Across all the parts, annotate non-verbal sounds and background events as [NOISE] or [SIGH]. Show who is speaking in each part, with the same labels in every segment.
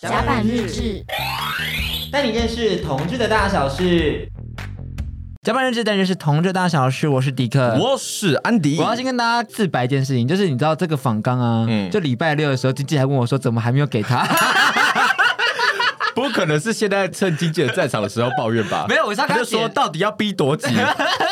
Speaker 1: 甲板日志，
Speaker 2: 带你认识同志的大小事。甲板日志带你认识同志的大小事，我是迪克。
Speaker 3: 我是安迪，
Speaker 2: 我
Speaker 3: [LAUGHS]
Speaker 2: 要先跟大家自白一件事情，就是你知道这个访纲啊，
Speaker 3: 嗯
Speaker 2: 就礼拜六的时候，经纪还问我说怎么还没有给他， [LAUGHS]
Speaker 3: 不可能是现在趁经纪人在场的时候抱怨 [LAUGHS] 吧？
Speaker 2: 没有我是要跟
Speaker 3: 他
Speaker 2: 他
Speaker 3: 就说
Speaker 2: 解
Speaker 3: 到底要逼多 [LAUGHS] 急，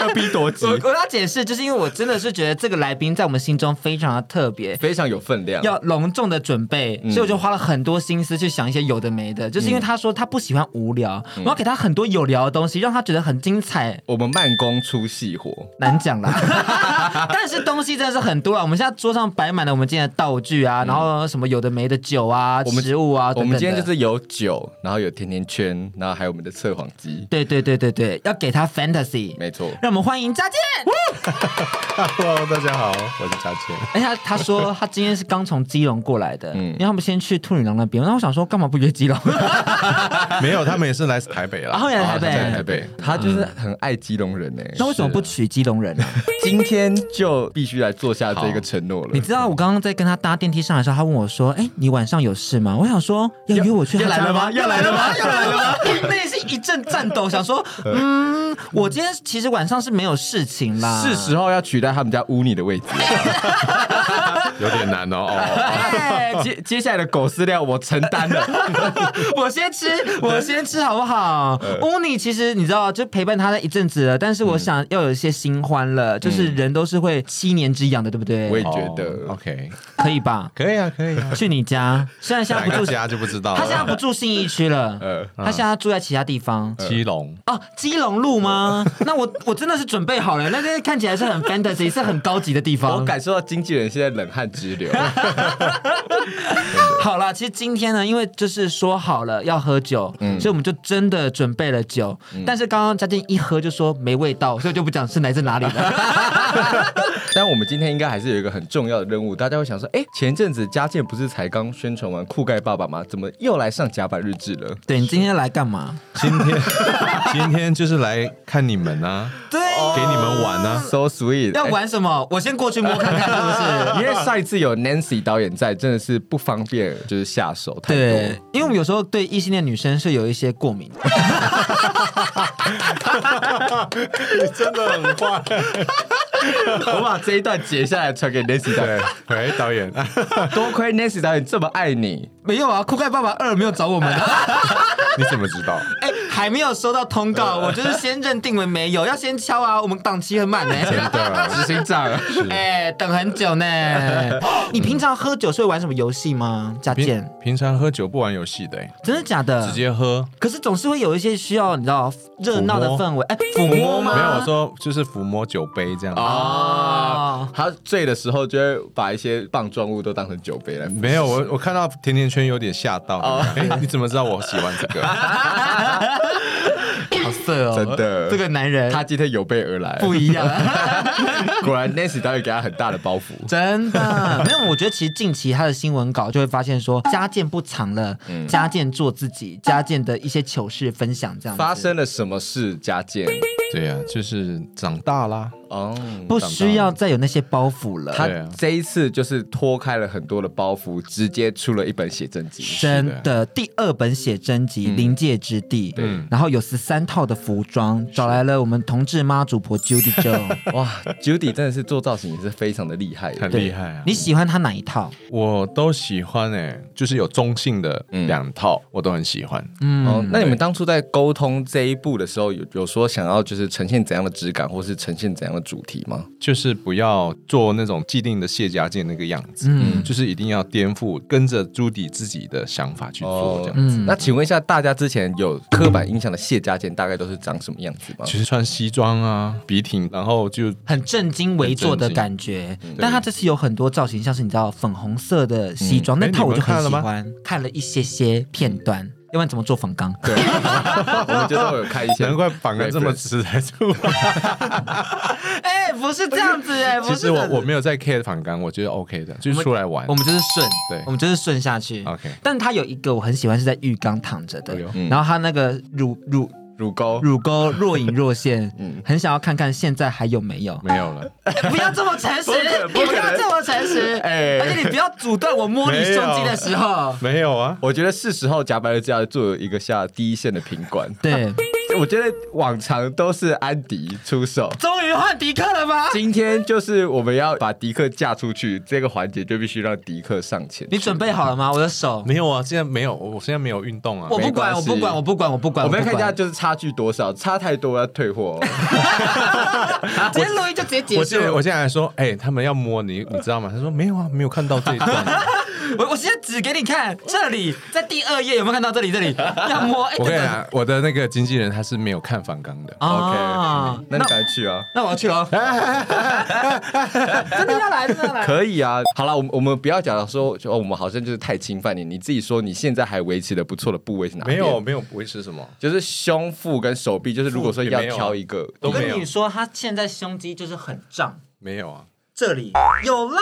Speaker 3: 要逼多急
Speaker 2: 我，我要解释，就是因为我真的是觉得这个来宾在我们心中非常的特别，
Speaker 3: 非常有分量。
Speaker 2: 要隆重的准备，所以我就花了很多心思去想一些有的没的，就是因为他说他不喜欢无聊，我要给他很多有聊的东西，让他觉得很精彩。
Speaker 3: 我们慢工出细活，
Speaker 2: 难讲
Speaker 3: [LAUGHS]
Speaker 2: 啦，但是东西真的是很多啊！我们现在桌上摆满了我们今天的道具啊，然后什么有的没的酒啊、
Speaker 3: 我们
Speaker 2: 食物啊等
Speaker 3: 我
Speaker 2: 等的
Speaker 3: 们今天就是有酒，然后有甜甜圈，然后还有我们的测谎机，
Speaker 2: 对对对对对，要给他 fantasy，
Speaker 3: 没错。
Speaker 2: 让我们欢迎佳健。
Speaker 4: Hello，大家好，我是佳倩。
Speaker 2: 而且哎他他说他今天是刚从基隆过来的，
Speaker 3: 嗯
Speaker 2: 因为他们先去兔女郎那边，然后我想说干嘛不约基隆？
Speaker 4: [LAUGHS]
Speaker 2: [LAUGHS]
Speaker 4: 没有，他们也是来自台北
Speaker 2: 然后
Speaker 4: 啦。
Speaker 2: 哦也来台
Speaker 3: 啊他在
Speaker 2: 北
Speaker 3: 台，北，他就是很爱基隆人呢。欸
Speaker 2: 那为什么不
Speaker 3: 是
Speaker 2: 娶基隆人呢？
Speaker 3: 啊今天就必须来做下这个承诺了？
Speaker 2: 你知道我刚刚在跟他搭电梯上来的时候，他问我说：“哎、你晚上有事吗？”我想说要约我去他
Speaker 3: 要
Speaker 2: 家
Speaker 3: 来了吗要来了吗
Speaker 2: [LAUGHS] 要来了吗？内心一阵颤抖，想说：“嗯，我今天其实晚上是没有事情啦。”
Speaker 3: 是时候要取代他们家污泥的位置。
Speaker 4: 有点难哦。 [LAUGHS] 哦
Speaker 2: 哎，
Speaker 3: [LAUGHS] 接接下来的狗饲料我承担了。
Speaker 2: 我先吃，我先吃好不好？乌尼其实你知道，就陪伴他一阵子了，但是我想要有一些新欢了，就是人都是会七年之痒的，对不
Speaker 3: 我
Speaker 2: 对
Speaker 3: 也？觉得
Speaker 4: 哦 OK，
Speaker 2: 可以吧？
Speaker 4: 可以啊，可以啊。
Speaker 2: 去你家，虽然现在
Speaker 4: 哪
Speaker 2: 不
Speaker 4: 个
Speaker 2: 住，
Speaker 4: 家就不知道了。
Speaker 2: 他现在不住信义区了，
Speaker 3: 呃
Speaker 2: 他现在住在其他地方。
Speaker 4: 基隆，
Speaker 2: 哦，基隆路
Speaker 3: [LAUGHS]
Speaker 2: 吗？那我我真的是准备好了，那边看起来是很 fantasy，是很高级的地
Speaker 3: 我
Speaker 2: 方。
Speaker 3: 感受到经纪人现在冷汗直
Speaker 2: [LAUGHS]
Speaker 3: 流。
Speaker 2: 好啦，其实今天呢，因为就是说好了要喝酒，
Speaker 3: 嗯
Speaker 2: 所以我们就真的准备了酒。但是刚刚佳健一喝就说没味道，所以我就不讲是来自哪里的。
Speaker 3: [LAUGHS] 但我们今天应该还是有一个很重要的任务，大家会想说，哎、前阵子佳健不是才刚宣传完酷盖爸爸吗？怎么又来上甲板日志
Speaker 2: [LAUGHS]
Speaker 3: 了？
Speaker 2: 对你今天来干嘛？
Speaker 4: 呃今天 [LAUGHS] 今天就是来看你们啊，
Speaker 2: 对，
Speaker 4: 给你们玩 [LAUGHS] 啊。
Speaker 3: So sweet，
Speaker 2: 要玩什么？我先过去摸看看
Speaker 3: [LAUGHS]
Speaker 2: 是不是
Speaker 3: 哎。因为上一次有 Nancy 导演在，真的是不方便，就是下手太
Speaker 2: 对
Speaker 3: 多。，
Speaker 2: 因为我们有时候对异性恋女生是有一些过敏的。
Speaker 4: 哎真的很坏。
Speaker 3: [LAUGHS] 我把这一段截下来传给 Nancy 导演
Speaker 4: 对，，喂，导演，
Speaker 3: 多亏 Nancy 导演这么爱你，
Speaker 2: 没有啊，酷盖爸爸二没有找我们、啊。
Speaker 4: 你怎么知
Speaker 2: [LAUGHS]
Speaker 4: 道？
Speaker 2: 哎、还没有收到通告，我就是先认定为没有，要先敲啊，我们档期很满呢、
Speaker 4: 对，
Speaker 3: 执
Speaker 2: [LAUGHS]
Speaker 3: 行长。
Speaker 2: 哎、等很久呢。你平常喝酒是会玩什么游戏吗？佳
Speaker 4: 平
Speaker 2: 健，
Speaker 4: 平常喝酒不玩游戏的欸，
Speaker 2: 真的假的
Speaker 4: 直？接喝。
Speaker 2: 可是总是会有一些需要你知道热闹的氛围，哎、抚摸吗？
Speaker 4: 没有，我说就是抚摸酒杯这样。
Speaker 3: 啊
Speaker 2: 哦！
Speaker 3: 他醉的时候就会把一些棒状物都当成酒杯来。
Speaker 4: 没有，我我看到甜甜圈有点吓到。哎，你怎么知道我喜欢这个？
Speaker 2: 好色哦，
Speaker 3: 真的
Speaker 2: 这个男人
Speaker 3: 他今天有备而来，
Speaker 2: 不一样。
Speaker 3: [LAUGHS] 果然 Nancy 导演给他很大的包袱。
Speaker 2: 真的没有，我觉得其实近期他的新闻稿就会发现说，家健不藏了，家健做自己，家健的一些糗事分享这样子
Speaker 3: 发生了什么事？加健
Speaker 4: 对呀，就是长大啦。
Speaker 3: 哦，
Speaker 2: 不需要再有那些包袱了。
Speaker 3: 他
Speaker 4: 对啊
Speaker 3: 这一次就是脱开了很多的包袱，直接出了一本写真集。
Speaker 2: 真的嗯第二本写真集《临界之地》，然后有十三套的服装，找来了我们同志妈主播 Judy [LAUGHS] Jo。
Speaker 3: 哇，Judy 真的是做造型也是非常的厉害的，
Speaker 4: 很
Speaker 2: 对
Speaker 4: 厉害啊！
Speaker 2: 你喜欢她哪一套？
Speaker 4: 我都喜欢哎、就是有中性的两套，我都很喜欢。
Speaker 3: 哦，那你们当初在沟通这一步的时候，有有说想要就是呈现怎样的质感，或是呈现怎样的主题吗？
Speaker 4: 就是不要做那种既定的谢家健那个样子，
Speaker 2: 嗯
Speaker 4: 就是一定要颠覆，跟着朱迪自己的想法去做这样。
Speaker 3: 嗯，那请问一下，大家之前有刻板印象的谢家健大概都是长什么样子
Speaker 4: [LAUGHS]
Speaker 3: 吗？
Speaker 4: 其实穿西装啊，哦笔挺，然后 [LAUGHS] 就
Speaker 2: 很正襟危坐的感觉，但她这次有很多造型，像是你知道粉红色的西装，
Speaker 4: 嗯
Speaker 2: 那
Speaker 4: 哎
Speaker 2: 套我就很喜
Speaker 4: 你们看了吗
Speaker 2: 欢，看了一些些片段，要不然怎么做仿纲？
Speaker 3: 对，我们就都有看一些，
Speaker 4: [LAUGHS] 难怪绑得这么直才出来。
Speaker 2: 哎，不是这样子哎，不
Speaker 4: 其
Speaker 2: 是
Speaker 4: 实 [LAUGHS]
Speaker 2: 这样子。
Speaker 4: 我我没有在 care 反刚，我觉得 OK 的，就是出来玩
Speaker 2: 我。们就是顺，
Speaker 4: 对
Speaker 2: 我们就是顺下去。
Speaker 4: OK
Speaker 2: 但他有一个我很喜欢，是在浴缸躺着的
Speaker 4: 哎呦，。
Speaker 2: 然后他那个乳乳
Speaker 3: 乳沟
Speaker 2: 乳沟若隐若现，
Speaker 3: 嗯
Speaker 2: 很想要看看现在还有没有哎
Speaker 4: 没有了，
Speaker 2: 不要这么诚实，
Speaker 3: 不可
Speaker 2: 不
Speaker 3: 不可能
Speaker 2: 要这么诚实，
Speaker 3: 哎
Speaker 2: 而且你不要阻断我摸你胸肌的时候。
Speaker 4: [LAUGHS] 没有啊。
Speaker 3: 我觉得是时候贾白乐家做一个下第一线的品管。
Speaker 2: 对，
Speaker 3: [LAUGHS] 我觉得往常都是安迪出手，
Speaker 2: 终于换迪克了吗？
Speaker 3: 今天就是我们要把迪克嫁出去，这个环节就必须让迪克上前。
Speaker 2: 你准备好了吗？我的手，
Speaker 4: 没有啊，现在没有，我我现在没有运动啊。
Speaker 2: 我不
Speaker 3: 没
Speaker 2: 管，
Speaker 3: 关
Speaker 2: 我
Speaker 3: 系
Speaker 2: 不管，我不管，我不管。
Speaker 3: 我们
Speaker 2: 不
Speaker 3: 要看一下
Speaker 2: 管，
Speaker 3: 就是差距多少，差太多要退
Speaker 4: [LAUGHS]
Speaker 3: 货、哦。
Speaker 2: 直接录音就直接结
Speaker 4: 我
Speaker 2: 束
Speaker 4: 现。在我现在还说，哎、他们要摸你，你知道吗？他说没有啊，没有看到这一段。 [LAUGHS]
Speaker 2: 我我现在指给你看，这里在第二页有没有看到这里？这里要摸，哎，
Speaker 4: 我跟你
Speaker 2: 这个
Speaker 4: 讲，我的那个经纪人他是没有看反刚的。
Speaker 2: 啊
Speaker 3: OK，那你赶快去啊！
Speaker 2: 那我要去 [LAUGHS] 了哦，真的要来，真的要来。
Speaker 3: 可以啊，好了，我们我们不要讲说，就哦我们好像就是太侵犯你。你自己说，你现在还维持的不错的部位是哪边？
Speaker 4: 没有，没有维持什么，
Speaker 3: 就是胸腹跟手臂，就是如果说要挑一个，
Speaker 4: 都
Speaker 2: 我
Speaker 4: 没
Speaker 2: 跟
Speaker 4: 有
Speaker 2: 你，说，他现在胸肌就是很胀，
Speaker 4: 没有啊。
Speaker 2: 这里有啦，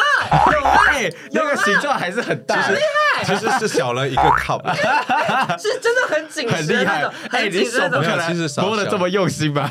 Speaker 2: 有啦，
Speaker 3: [LAUGHS] 那个形状还是很大，
Speaker 4: [LAUGHS] [LAUGHS] 其实是小了一个 [LAUGHS] cup，
Speaker 2: 是真的很紧
Speaker 3: 很
Speaker 2: 实的
Speaker 3: 厉
Speaker 2: 那
Speaker 3: 害
Speaker 2: 种，。
Speaker 3: 哎，
Speaker 2: 很
Speaker 3: 你
Speaker 2: 紧实的
Speaker 3: 手
Speaker 2: 那
Speaker 3: 不
Speaker 2: 种。
Speaker 3: 可
Speaker 4: 没有其实
Speaker 3: 能
Speaker 4: 少
Speaker 3: 摸的这么用心吧？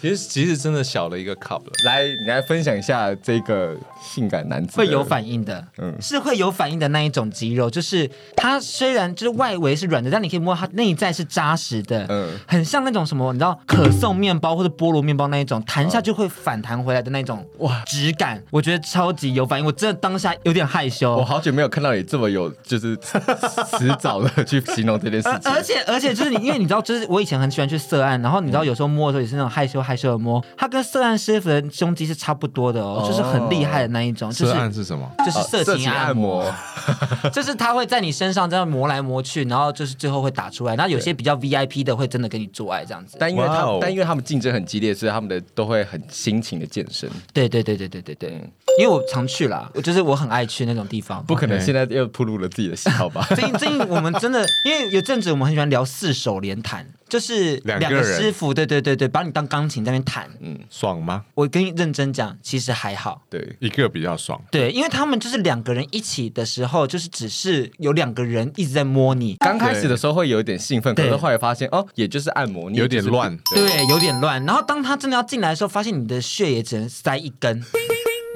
Speaker 4: 其实其实真的小了一个 cup 了。
Speaker 3: [LAUGHS] 来，你来分享一下这个性感男子的
Speaker 2: 会有反应的，是会有反应的那一种肌肉，就是它虽然就是外围是软的，但你可以摸它内在是扎实的，
Speaker 3: 嗯
Speaker 2: 很像那种什么，你知道可颂面包或者菠萝面包那一种，弹下就会反弹回来的那种，哇，质感，我觉得超级有反应，我真的当下有点害
Speaker 3: 我
Speaker 2: 羞。
Speaker 3: 好久没有看到你这么有，就是辞藻的去形容这件事
Speaker 2: 而 [LAUGHS]
Speaker 3: 情。
Speaker 2: 而且而且就是你，因为你知道，就是我以前很喜欢去涉案，然后你知道有时候摸的时候也是那种害羞害羞的摸，它跟涉案师傅的胸肌是差不多的哦，就是很厉害的那一种，就
Speaker 4: 涉
Speaker 2: 是
Speaker 4: 案是什么？
Speaker 2: 就是呃色
Speaker 3: 哦色
Speaker 2: 情
Speaker 3: 呃情
Speaker 2: 按
Speaker 3: 按
Speaker 2: 摩。
Speaker 3: 摩，
Speaker 2: [LAUGHS] 就是他会在你身上这样磨来磨去，然后就是最后会打出来。然后有些比较 VIP 的会真的跟你做爱这样子。
Speaker 3: 但因为
Speaker 4: 哇
Speaker 3: 他
Speaker 4: 哦
Speaker 3: 但因为他们竞争很激烈，所以他们的都会很辛勤的健身。
Speaker 2: 对对对对对对对，嗯因为我常去啦，我就是我很爱去那种地方。？
Speaker 3: 不可能
Speaker 4: OK
Speaker 3: 现在又暴露了自己的喜好
Speaker 4: [LAUGHS]
Speaker 3: 吧
Speaker 2: [LAUGHS] 最近最近我们真的，因为有阵子我们很喜欢聊四手联弹，就是
Speaker 4: 两
Speaker 2: 两
Speaker 4: 个
Speaker 2: 个
Speaker 4: 人嗯
Speaker 2: 师傅，对对对对，把你当钢琴在那边弹。
Speaker 4: 爽吗？
Speaker 2: 我跟你认真讲，其实还好。
Speaker 3: 对，
Speaker 4: 一个比较爽。
Speaker 2: 对，因为他们就是两个人一起的时候，就是只是有两个人一直在摸你，
Speaker 3: 刚开始的时候会有一点兴奋，可
Speaker 2: 对
Speaker 3: 是后来发现哦，也就是按摩，你也
Speaker 4: 有点
Speaker 3: 就是
Speaker 4: 乱
Speaker 2: 对，有点乱。然后当他真的要进来的时候，发现你的血也只能塞一
Speaker 3: [LAUGHS]
Speaker 2: 根，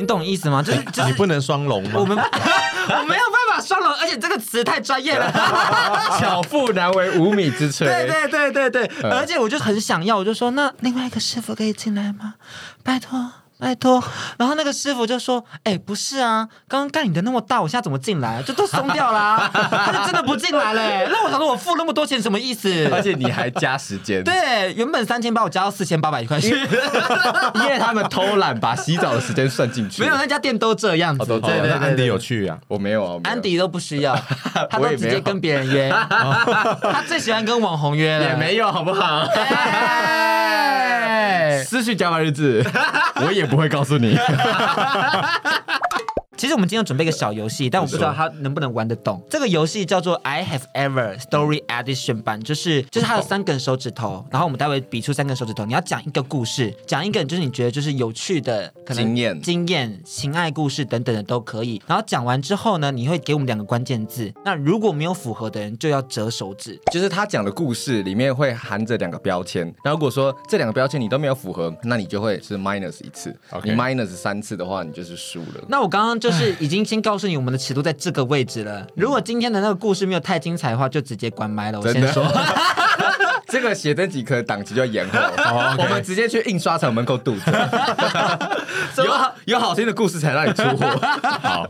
Speaker 2: 你懂我意思吗？就是就
Speaker 4: 你
Speaker 2: 是
Speaker 4: 不能双龙
Speaker 2: 我
Speaker 4: 吗？
Speaker 2: 们 [LAUGHS] 我没有办法双龙，而且这个词太专业了。
Speaker 3: 巧妇难为无米之炊。
Speaker 2: [LAUGHS] 对对对对对，
Speaker 3: 嗯
Speaker 2: 而且我就很想要，我就说那另外一个师傅可以进来吗？拜托。拜托，然后那个师傅就说：“哎、不是啊，刚刚干你的那么大，我现在怎么进来？啊就都松掉啦、
Speaker 3: [LAUGHS]
Speaker 2: 他就真的不进来嘞、那我想说，我付那么多钱什么
Speaker 3: [LAUGHS]
Speaker 2: 意思？
Speaker 3: 而且你还加时间，
Speaker 2: 对，原本三千八，我加到四千八百块钱。
Speaker 3: 因为他们偷懒把洗澡的时间算进
Speaker 2: [LAUGHS]
Speaker 3: 去。
Speaker 2: 没有那家店都这样子，
Speaker 3: 哦都这
Speaker 2: 对
Speaker 3: 样
Speaker 2: 对
Speaker 4: 那
Speaker 2: 对
Speaker 4: 安迪
Speaker 2: 对
Speaker 4: 有去啊。
Speaker 3: 我没有啊，我没有
Speaker 2: 安迪都不需要，他都
Speaker 3: 我也没有
Speaker 2: 直接跟别人
Speaker 3: [LAUGHS]
Speaker 2: 约，他最喜欢跟网红约了，
Speaker 3: 也没有，好不好？
Speaker 2: 哎。
Speaker 3: [LAUGHS] 失去加班日
Speaker 4: [LAUGHS]
Speaker 3: 志，我也不会告诉你。
Speaker 2: 其实我们今天有准备一个小游戏，但我不知道他能不能玩得懂。这个游戏叫做 I Have Ever Story Edition 版，就是就是它有三根手指头，然后我们待会比出三根手指头，你要讲一个故事，讲一个就是你觉得就是有趣的可能
Speaker 3: 经验
Speaker 2: 经验、情爱故事等等的都可以。然后讲完之后呢，你会给我们两个关键字，那如果没有符合的人就要折手指。
Speaker 3: 就是他讲的故事里面会含着两个标签，那如果说这两个标签你都没有符合，那你就会是 minus 一次。
Speaker 4: OK
Speaker 3: 你 minus 三次的话，你就是输了。
Speaker 2: 那我刚刚就是已经先告诉你我们的尺度在这个位置
Speaker 3: 嗯
Speaker 2: 了。如果今天的那个故事没有太精彩的话，就直接关麦了。我先说，
Speaker 3: [LAUGHS] 这个写真集可能档期
Speaker 2: [LAUGHS]
Speaker 3: 就延后，
Speaker 2: 哦
Speaker 3: 我们直接去印刷厂门口堵着。有好有好听的故事才让你出货。
Speaker 4: 好，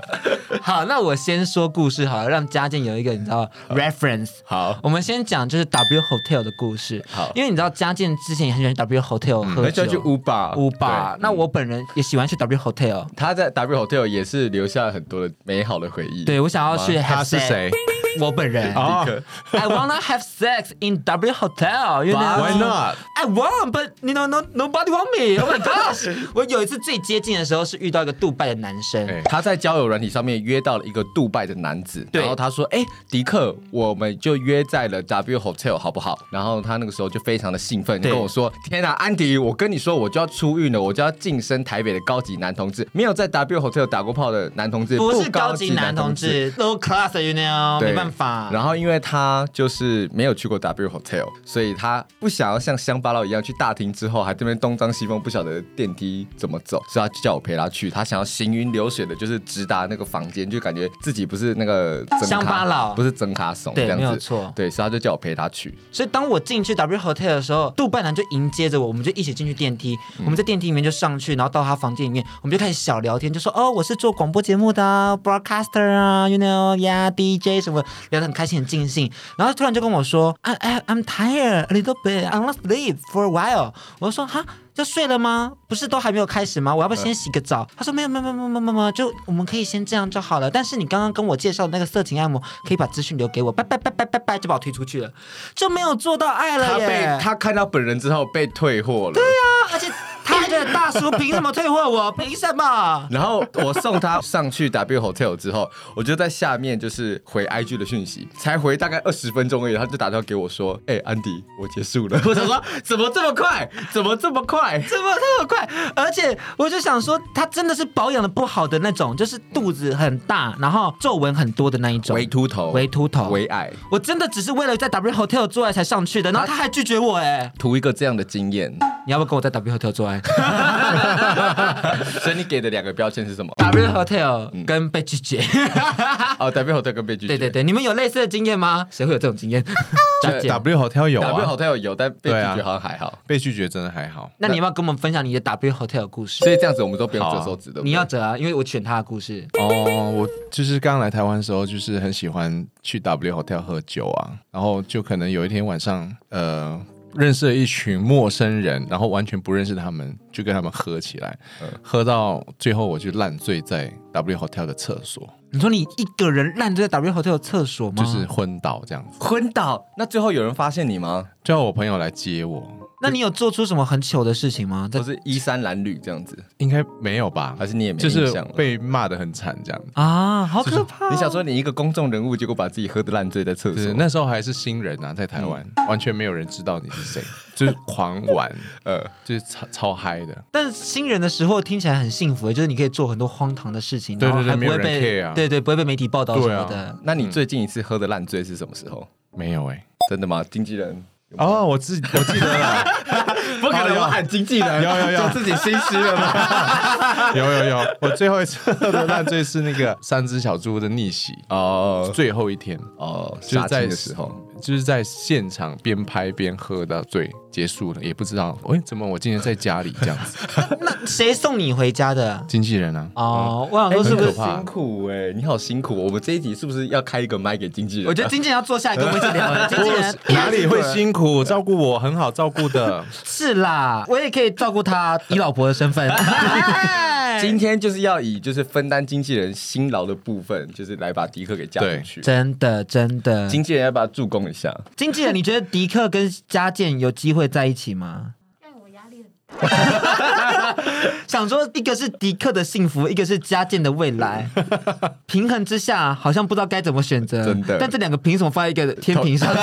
Speaker 2: 好，那我先说故事好了，让嘉健有一个你知道 reference。
Speaker 3: 好，
Speaker 2: 我们先讲就是 W Hotel 的故事。
Speaker 3: 好嗯
Speaker 2: 因为你知道嘉健之前也很喜欢去 W Hotel 喝
Speaker 3: 那
Speaker 2: 酒，
Speaker 3: 就去乌吧
Speaker 2: 乌吧。那我本人也喜欢去 W Hotel。
Speaker 3: 他在 W Hotel 也是留下了很多的美好的回忆。
Speaker 2: 对，我想要去 have
Speaker 4: 他是
Speaker 2: sex
Speaker 4: 谁？
Speaker 2: 我本人。
Speaker 4: 哦
Speaker 3: 立刻
Speaker 2: [LAUGHS] I wanna have sex in W hotel. You know
Speaker 4: Why not?
Speaker 2: I want, but you know, no nobody want me. Oh my
Speaker 3: [LAUGHS]
Speaker 2: gosh！我有一次最接近的时候是遇到一个杜拜的男生，
Speaker 4: 哎
Speaker 3: 他在交友软体上面约到了一个杜拜的男子，
Speaker 2: 对
Speaker 3: 然后他说：“哎、迪克，我们就约在了 W Hotel 好不好？”然后他那个时候就非常的兴奋，
Speaker 2: 对
Speaker 3: 跟我说：“天啊，安迪，我跟你说，我就要出狱了，我就要晋升台北的高级男同志。没有在 W Hotel 打过炮的男同志，
Speaker 2: 不是
Speaker 3: 不
Speaker 2: 高
Speaker 3: 高
Speaker 2: 级
Speaker 3: 级
Speaker 2: 男
Speaker 3: 男
Speaker 2: 同
Speaker 3: 同志。
Speaker 2: 志，low class，you know，
Speaker 3: 对
Speaker 2: 哦没办法。
Speaker 3: 然后因为他就是没有去过 W Hotel，所以他不想要像乡巴佬一样去大厅之后还这边东张西望，不晓得电梯怎么走，所以他就叫我陪他去。他想要行云流水的，就是直达那个房间，就感觉自己不是那个真
Speaker 2: 乡巴佬
Speaker 3: 不是真卡怂
Speaker 2: 对
Speaker 3: 这样子。
Speaker 2: 没有错
Speaker 3: 对，所以他就叫我陪他去。
Speaker 2: 所以当我进去 W Hotel 的时候，杜拜男就迎接着我，我们就一起进去电梯，
Speaker 3: 嗯
Speaker 2: 我们在电梯里面就上去，然后到他房间里面，我们就开始小聊天，就说哦，我是做广播节目的、啊、broadcaster 啊，you know yeah DJ 什么，聊得很开心很尽兴。然后他突然就跟我说，I I I'm tired a little bit, I want to sleep for a while。我就说哈。要睡了吗？不是都还没有开始吗？我要不要先洗个澡？他说没有没有没有没有没有没有没有，就我们可以先这样就好了。但是你刚刚跟我介绍的那个色情按摩，可以把资讯留给我，拜拜拜拜拜拜，就把我推出去了，就没有做到爱
Speaker 3: 他
Speaker 2: 了
Speaker 3: 被
Speaker 2: 耶。
Speaker 3: 他看到本人之后被退货了。对
Speaker 2: 啊，而且他还觉得大叔凭什么退货我？凭什么？
Speaker 3: 然后我送他上去 W Hotel 之后，我就在下面就是回 IG 的讯息，才回大概二十分钟而已，他就打电话给我说：“哎、安迪，我结束了。” [LAUGHS] 我想说怎么这么快，怎么这么 [LAUGHS] 快？
Speaker 2: 怎么那么快？而且我就想说，他真的是保养的不好的那种，就是肚子很大，然后皱纹很多的那一种。
Speaker 3: 微秃头，
Speaker 2: 微秃头
Speaker 3: 微矮，
Speaker 2: 我真的只是为了在 W Hotel 做爱才上去的，
Speaker 4: 啊
Speaker 2: 然后他还拒绝我哎、
Speaker 3: 图一个这样的经 [LAUGHS] 验。
Speaker 2: 你要不要跟我在 W Hotel
Speaker 4: [LAUGHS]
Speaker 2: 做爱
Speaker 3: 所以你给的两个标签是 [LAUGHS] 什么？
Speaker 2: ？W
Speaker 4: 嗯
Speaker 2: Hotel 跟被拒
Speaker 4: [LAUGHS]
Speaker 2: 绝，
Speaker 3: 哦，W Hotel 跟被拒绝。
Speaker 2: 对对对，你们有类似的经验吗？谁会有这种经
Speaker 4: [LAUGHS]
Speaker 2: 验？大姐，
Speaker 4: W Hotel 有
Speaker 3: W
Speaker 4: 啊，
Speaker 3: Hotel 有，但被拒
Speaker 4: 对啊
Speaker 3: 绝好像还好。
Speaker 4: 被拒绝真的还好。
Speaker 2: 那你要不要跟我们分享你的 W Hotel 的故事？
Speaker 3: 所以这样子我们都不用
Speaker 4: 好啊
Speaker 3: 折手指的。
Speaker 2: 你要折啊，因为我选他的故事。
Speaker 4: [LAUGHS] 哦，我就是刚来台湾的时候，就是很喜欢去 W Hotel 喝酒啊，然后就可能有一天晚上，呃，认识了一群陌生人，然后完全不认识他们，就跟他们喝起来，
Speaker 3: 嗯
Speaker 4: 喝到最后我就烂醉在 W Hotel 的厕所，
Speaker 2: 你说你一个人烂醉在 W Hotel 的厕所吗？
Speaker 4: 就是。昏倒这样子。
Speaker 3: 昏倒，那最后有人发现你吗？
Speaker 4: 最后我朋友来接我，
Speaker 2: 那你有做出什么很糗的事情吗？在
Speaker 3: 都是衣衫褴褛这样子，
Speaker 4: 应该没有吧
Speaker 3: 还？是你也没
Speaker 4: 就
Speaker 3: 印
Speaker 4: 是
Speaker 3: 象了？
Speaker 4: 被骂的很惨这样子。
Speaker 2: 啊，好可怕！
Speaker 3: 你想说你一个公众人物，结果把自己喝得烂醉在厕
Speaker 4: 就是
Speaker 3: 所？
Speaker 4: 那时候还是新人啊，在台湾、完全没有人知道你是谁，就是狂
Speaker 3: [LAUGHS]
Speaker 4: 玩，
Speaker 3: 呃，
Speaker 4: 就是超超嗨的。
Speaker 2: 但新人的时候听起来很幸福，就是你可以做很多荒唐的事情，
Speaker 4: 对
Speaker 2: 然后
Speaker 4: 对对
Speaker 2: 还不
Speaker 4: 没有
Speaker 2: 会
Speaker 4: 人
Speaker 2: 被
Speaker 4: care 啊
Speaker 2: 对对，不会被媒体报道什
Speaker 4: 对
Speaker 2: 么
Speaker 4: 啊
Speaker 2: 的。
Speaker 3: 那你最近一次喝的烂醉是什么时候？
Speaker 4: 没有哎、
Speaker 3: 真的吗？经纪人？
Speaker 4: 哦，我自我记得了，
Speaker 3: 不可能，我喊经纪人，
Speaker 4: 有有有
Speaker 3: 就自己心虚了
Speaker 4: [LAUGHS]
Speaker 3: 吗？
Speaker 4: 有有有，我最后一次喝的烂醉是那个三只小猪的逆袭，
Speaker 3: 哦
Speaker 4: 最后一天，
Speaker 3: 哦，
Speaker 4: 就
Speaker 3: 杀青
Speaker 4: 是在
Speaker 3: 的时候，，
Speaker 4: 就是在现场边拍边喝到醉结束了，也不知道，哎，怎么我今天在家里这样子？
Speaker 2: 那谁送你回家的？
Speaker 4: 经纪人啊，
Speaker 2: 哦，我想说是不
Speaker 4: 很
Speaker 2: 是欸
Speaker 4: 可怕
Speaker 3: 辛苦哎、你好辛苦。我们这一集是不是要开一个麦给经纪人？
Speaker 2: 我觉得经纪人要坐下来跟我们一起聊 [LAUGHS] 了。经纪人
Speaker 4: 哪里会辛苦？照顾我很好照顾的，
Speaker 2: 是啦，我也可以照顾他，以老婆的身 [LAUGHS] 份。哎
Speaker 3: 啊今天就是要以就是分担经纪人辛劳的部分，就是来把迪克给嫁出去。
Speaker 2: 真的真的，经
Speaker 3: 经纪人要不要助攻一下？
Speaker 2: 经纪人，你觉得迪克跟嘉健有机会在一起吗？
Speaker 1: 让我压力很大。
Speaker 2: 想说一个是迪克的幸福，一个是嘉健的未
Speaker 3: [LAUGHS]
Speaker 2: 来，平衡之下好像不知道该怎么选择。
Speaker 3: 真的
Speaker 2: 但这两个凭什么放在一个天平
Speaker 3: [LAUGHS]
Speaker 2: 上？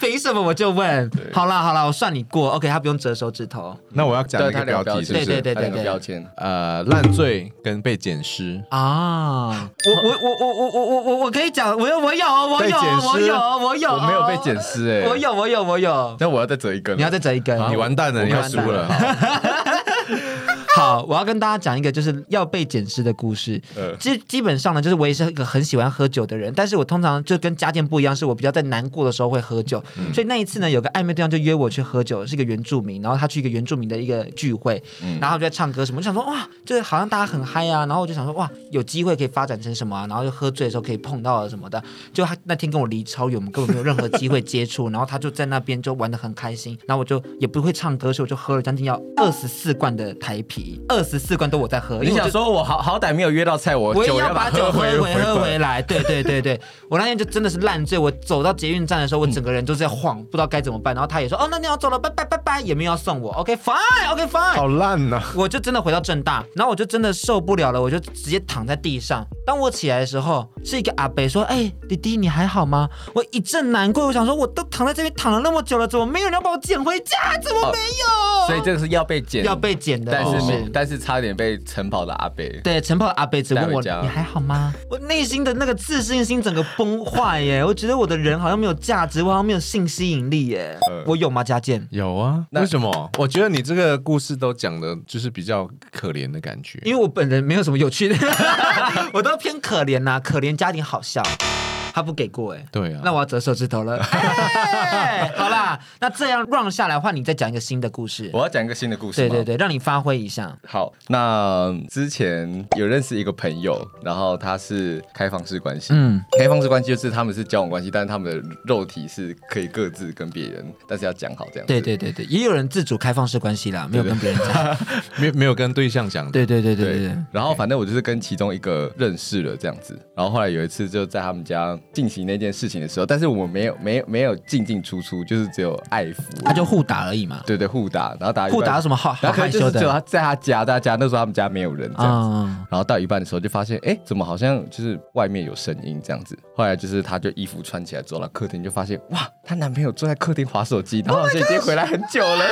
Speaker 2: 凭什么我就问？好啦好啦，我算你过。OK，他不用折手指头
Speaker 4: 那我要讲
Speaker 3: 对
Speaker 4: 一
Speaker 3: 他
Speaker 4: 个
Speaker 3: 两
Speaker 4: 标
Speaker 3: 个标
Speaker 4: 题
Speaker 3: 签，
Speaker 4: 是不
Speaker 2: 对对对
Speaker 4: 是？
Speaker 3: 他两个标签。
Speaker 4: 呃，烂醉跟被捡尸，
Speaker 2: 啊！我我我我我我我我可以讲，我有我有我
Speaker 4: 被
Speaker 2: 有
Speaker 4: 剪失
Speaker 2: 我有我有，
Speaker 3: 我没有被剪尸哎、
Speaker 2: 哦我有我有我有。
Speaker 3: 那我要再折一根了。
Speaker 2: 你要再折一根，
Speaker 4: 欸你完蛋
Speaker 2: 我
Speaker 4: 了，你要
Speaker 2: 完
Speaker 4: 输
Speaker 2: 蛋
Speaker 4: 了。
Speaker 2: 好，我要跟大家讲一个就是要被捡尸的故事。
Speaker 3: 呃
Speaker 2: 基基本上呢，就是我也是一个很喜欢喝酒的人，但是我通常就跟家健不一样，是我比较在难过的时候会喝酒。所以那一次呢，有个暧昧对象就约我去喝酒，是一个原住民，然后他去一个原住民的一个聚会，然后就在唱歌什么，我就想说哦哇，啊就是好像大家很嗨啊，然后我就想说哇，有机会可以发展成什么啊，然后就喝醉的时候可以碰到啊什么的。就他那天跟我离超远，我们根本没有任何机会接触， [LAUGHS] 然后他就在那边就玩的很开心，然后我就也不会唱歌，所以我就喝了将近要二十四罐的台啤，二十四罐都我在喝，因为
Speaker 3: 你
Speaker 2: 我
Speaker 3: 想
Speaker 2: 就
Speaker 3: 说，我好好歹没有约到菜，我
Speaker 2: 我也
Speaker 3: 酒
Speaker 2: 要把酒喝
Speaker 3: 回
Speaker 2: 回喝回来。对对对 [LAUGHS] 对，我那天嗯就真的是烂醉，我走到捷运站的时候，我整个人就是在晃，不知道该怎么办。然后他也说：“哦，那你要走了，拜拜拜拜拜，也没有要送我。OK fine OK fine，
Speaker 4: 好烂哦呐、
Speaker 2: 我就真的回到正大，然后我就真的受不了了，我就直接躺在地上。当我起来的时候，是一个阿伯说：“哎、弟弟，你还好吗？”我一阵难过，我想说，我都躺在这边躺了那么久了，怎么没有人要把我捡回家？怎么没有？
Speaker 3: 哦所以这个是要被剪，
Speaker 2: 哦要被捡的，哦
Speaker 3: 但是
Speaker 2: 不
Speaker 3: 没，但是差点被晨跑的阿贝。
Speaker 2: 对，晨跑的阿贝只问
Speaker 3: 带
Speaker 2: 我
Speaker 3: 回家
Speaker 2: 你还好吗？我内心的那个自信心整个崩坏耶！我觉得我的人好像没有价值，我好像没有性吸引力耶。
Speaker 3: 呃
Speaker 2: 我有吗？佳健？
Speaker 4: 有啊，
Speaker 3: 那
Speaker 4: 为什么？我觉得你这个故事都讲的就是比较可怜的感觉。
Speaker 2: 因为我本人没有什么有趣
Speaker 3: [LAUGHS]
Speaker 2: 的，我都偏可怜呐、可怜家庭好笑。他不给过哎，
Speaker 4: 对啊
Speaker 2: 那我要折手指头
Speaker 3: [LAUGHS]
Speaker 2: 了。哎好啦，那这样 run 下来，换你再讲一个新的故事。
Speaker 3: 我要讲一个新的故事。
Speaker 2: 对对。对，让你发挥一下。
Speaker 3: 好，那之前有认识一个朋友，然后他是开放式关系，
Speaker 2: 嗯，
Speaker 3: 开放式关系就是他们是交往关系，但是他们的肉体是可以各自跟别人，但是要讲好这样子。
Speaker 2: 对对对对，也有人自主开放式关系啦，没有跟别人
Speaker 3: [LAUGHS]
Speaker 2: 讲。
Speaker 4: 没没有跟对象讲的，
Speaker 2: 对对对对对
Speaker 3: 对
Speaker 2: 对，
Speaker 3: 然后反正我就是跟其中一个认识了这样子，然后后来有一次就在他们家进行那件事情的时候，但是我们没有没有没有进进出出，就是只有爱抚，
Speaker 2: 他就互打而已嘛。
Speaker 3: 对对互打，然后打一半
Speaker 2: 互打有，什么好好
Speaker 3: 然后可
Speaker 2: 害
Speaker 3: 能就
Speaker 2: 羞
Speaker 3: 是只有
Speaker 2: 的？
Speaker 3: 他在他家，大家那时候他们家没有人这样子，
Speaker 2: 啊，
Speaker 3: 然后到一半的时候就发现，哎，怎么好像就是外面有声音这样子？后来就是她就衣服穿起来走到客厅，就发现哇，她男朋友坐在客厅划手机，然后
Speaker 2: Oh
Speaker 3: [LAUGHS] 好像已经回来很久了。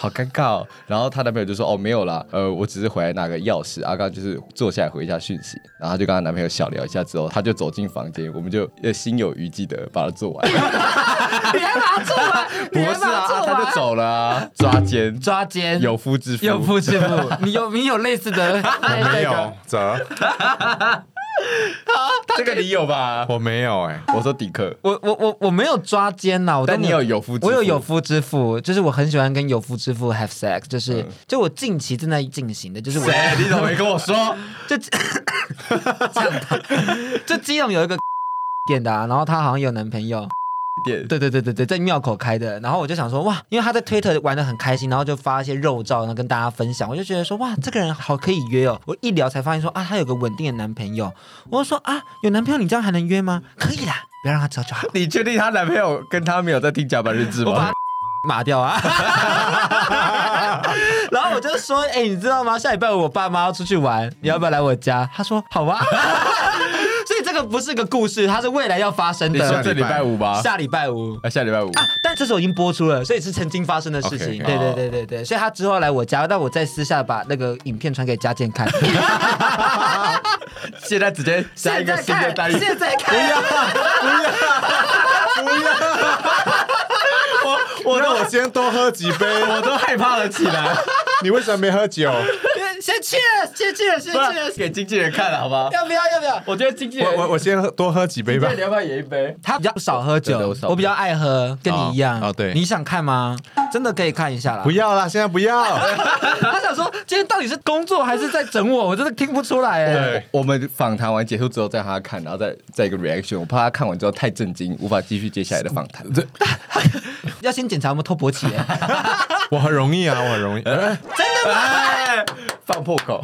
Speaker 3: 好尴尬哦，然后她男朋友就说：“哦，没有啦，呃，我只是回来拿个钥匙。”啊，刚刚就是坐下来回一下讯息，然后她就跟她男朋友小聊一下之后，她就走进房间，我们就呃心有余悸的把它
Speaker 2: [LAUGHS]
Speaker 3: 做完。
Speaker 2: 你还把他做完？
Speaker 3: 不
Speaker 2: 你还
Speaker 3: 是
Speaker 2: 把
Speaker 3: 啊
Speaker 2: 他，做
Speaker 3: 她
Speaker 2: 完
Speaker 3: 就？走了、啊，抓奸，
Speaker 2: 抓奸
Speaker 3: 有夫之妇，
Speaker 2: 有夫之妇，
Speaker 3: [LAUGHS]
Speaker 2: 你有你有类似的？
Speaker 4: 我没有，咋？
Speaker 3: 这个你有吧？
Speaker 4: 我没有哎、
Speaker 3: 我说迪克，
Speaker 2: 我我我我没有抓奸呐，我都
Speaker 3: 但你
Speaker 2: 没
Speaker 3: 有有夫之妇，
Speaker 2: 我有有夫之妇，就是我很喜欢跟有夫之妇 have sex，就是、
Speaker 3: 嗯
Speaker 2: 就我近期正在进行的，
Speaker 3: [LAUGHS]
Speaker 2: 就是我
Speaker 3: 谁？哎你怎么没跟我
Speaker 4: [LAUGHS]
Speaker 3: 说？
Speaker 2: 就这样的，就基隆有一个 [LAUGHS] 店的、啊，然后她好像有男朋友，
Speaker 3: 点
Speaker 2: 对对对对对，在庙口开的。然后我就想说，哇，因为他在推特玩的很开心，然后就发一些肉照，然后跟大家分享。我就觉得说，哇，这个人好可以约哦。我一聊才发现说，啊，他有个稳定的男朋友。我就说啊，有男朋友你这样还能约吗？可以啦，不要让他知道就好。
Speaker 3: 你确定她男朋友跟她没有在听甲板日志
Speaker 2: 我把
Speaker 3: 吗
Speaker 2: 他？码掉啊。 [LAUGHS] 然后我就说，哎、你知道吗？下礼拜我爸妈要出去玩，你要不要来我家？他说好啊。 [LAUGHS] 所以这个不是个故事，它是未来要发生
Speaker 3: 你说
Speaker 2: 的。
Speaker 3: 这礼拜五吧？
Speaker 2: 下礼拜五，
Speaker 3: 啊，下礼拜五。
Speaker 2: 啊，但这首已经播出了，所以是曾经发生的事情。对
Speaker 4: OK，OK
Speaker 2: 对对对对，所以他之后来我家，但我再私下把那个影片传给佳健
Speaker 3: [LAUGHS]
Speaker 2: 看。
Speaker 3: 现在直接加一个新的单元。
Speaker 2: 现在看，
Speaker 4: 我那我先多喝几杯，
Speaker 3: 我都害怕了起来，
Speaker 4: 你为什么没喝酒？
Speaker 2: 先 cheers，先 cheers，先
Speaker 3: 不然
Speaker 2: cheers，
Speaker 3: 给经纪人看了好不好？
Speaker 2: 要不要？要不要？
Speaker 3: 我觉得经纪
Speaker 4: 我
Speaker 3: 人，
Speaker 4: 我我先喝多喝几杯吧
Speaker 3: 经纪人。你要不要也一杯？
Speaker 2: 他比较少喝
Speaker 3: 对对
Speaker 2: 酒
Speaker 3: 我，少
Speaker 2: 我比较爱喝，跟你一样。
Speaker 4: 哦哦对
Speaker 2: 你想看吗？真的可以看一下啦
Speaker 4: 不。要啦，现在不要。
Speaker 2: [LAUGHS] 他想说，今天到底是工作还是在整我？我真的听不出来哎。
Speaker 4: 对，
Speaker 3: 我们访谈完结束之后再让他看，然后再再一个 reaction。我怕他看完之后太震惊，无法继续接下来的访谈。
Speaker 2: 要先检查有没有偷勃起 [LAUGHS] 哎。
Speaker 4: 我很容易啊，我很容易。哎
Speaker 3: 哎放破口，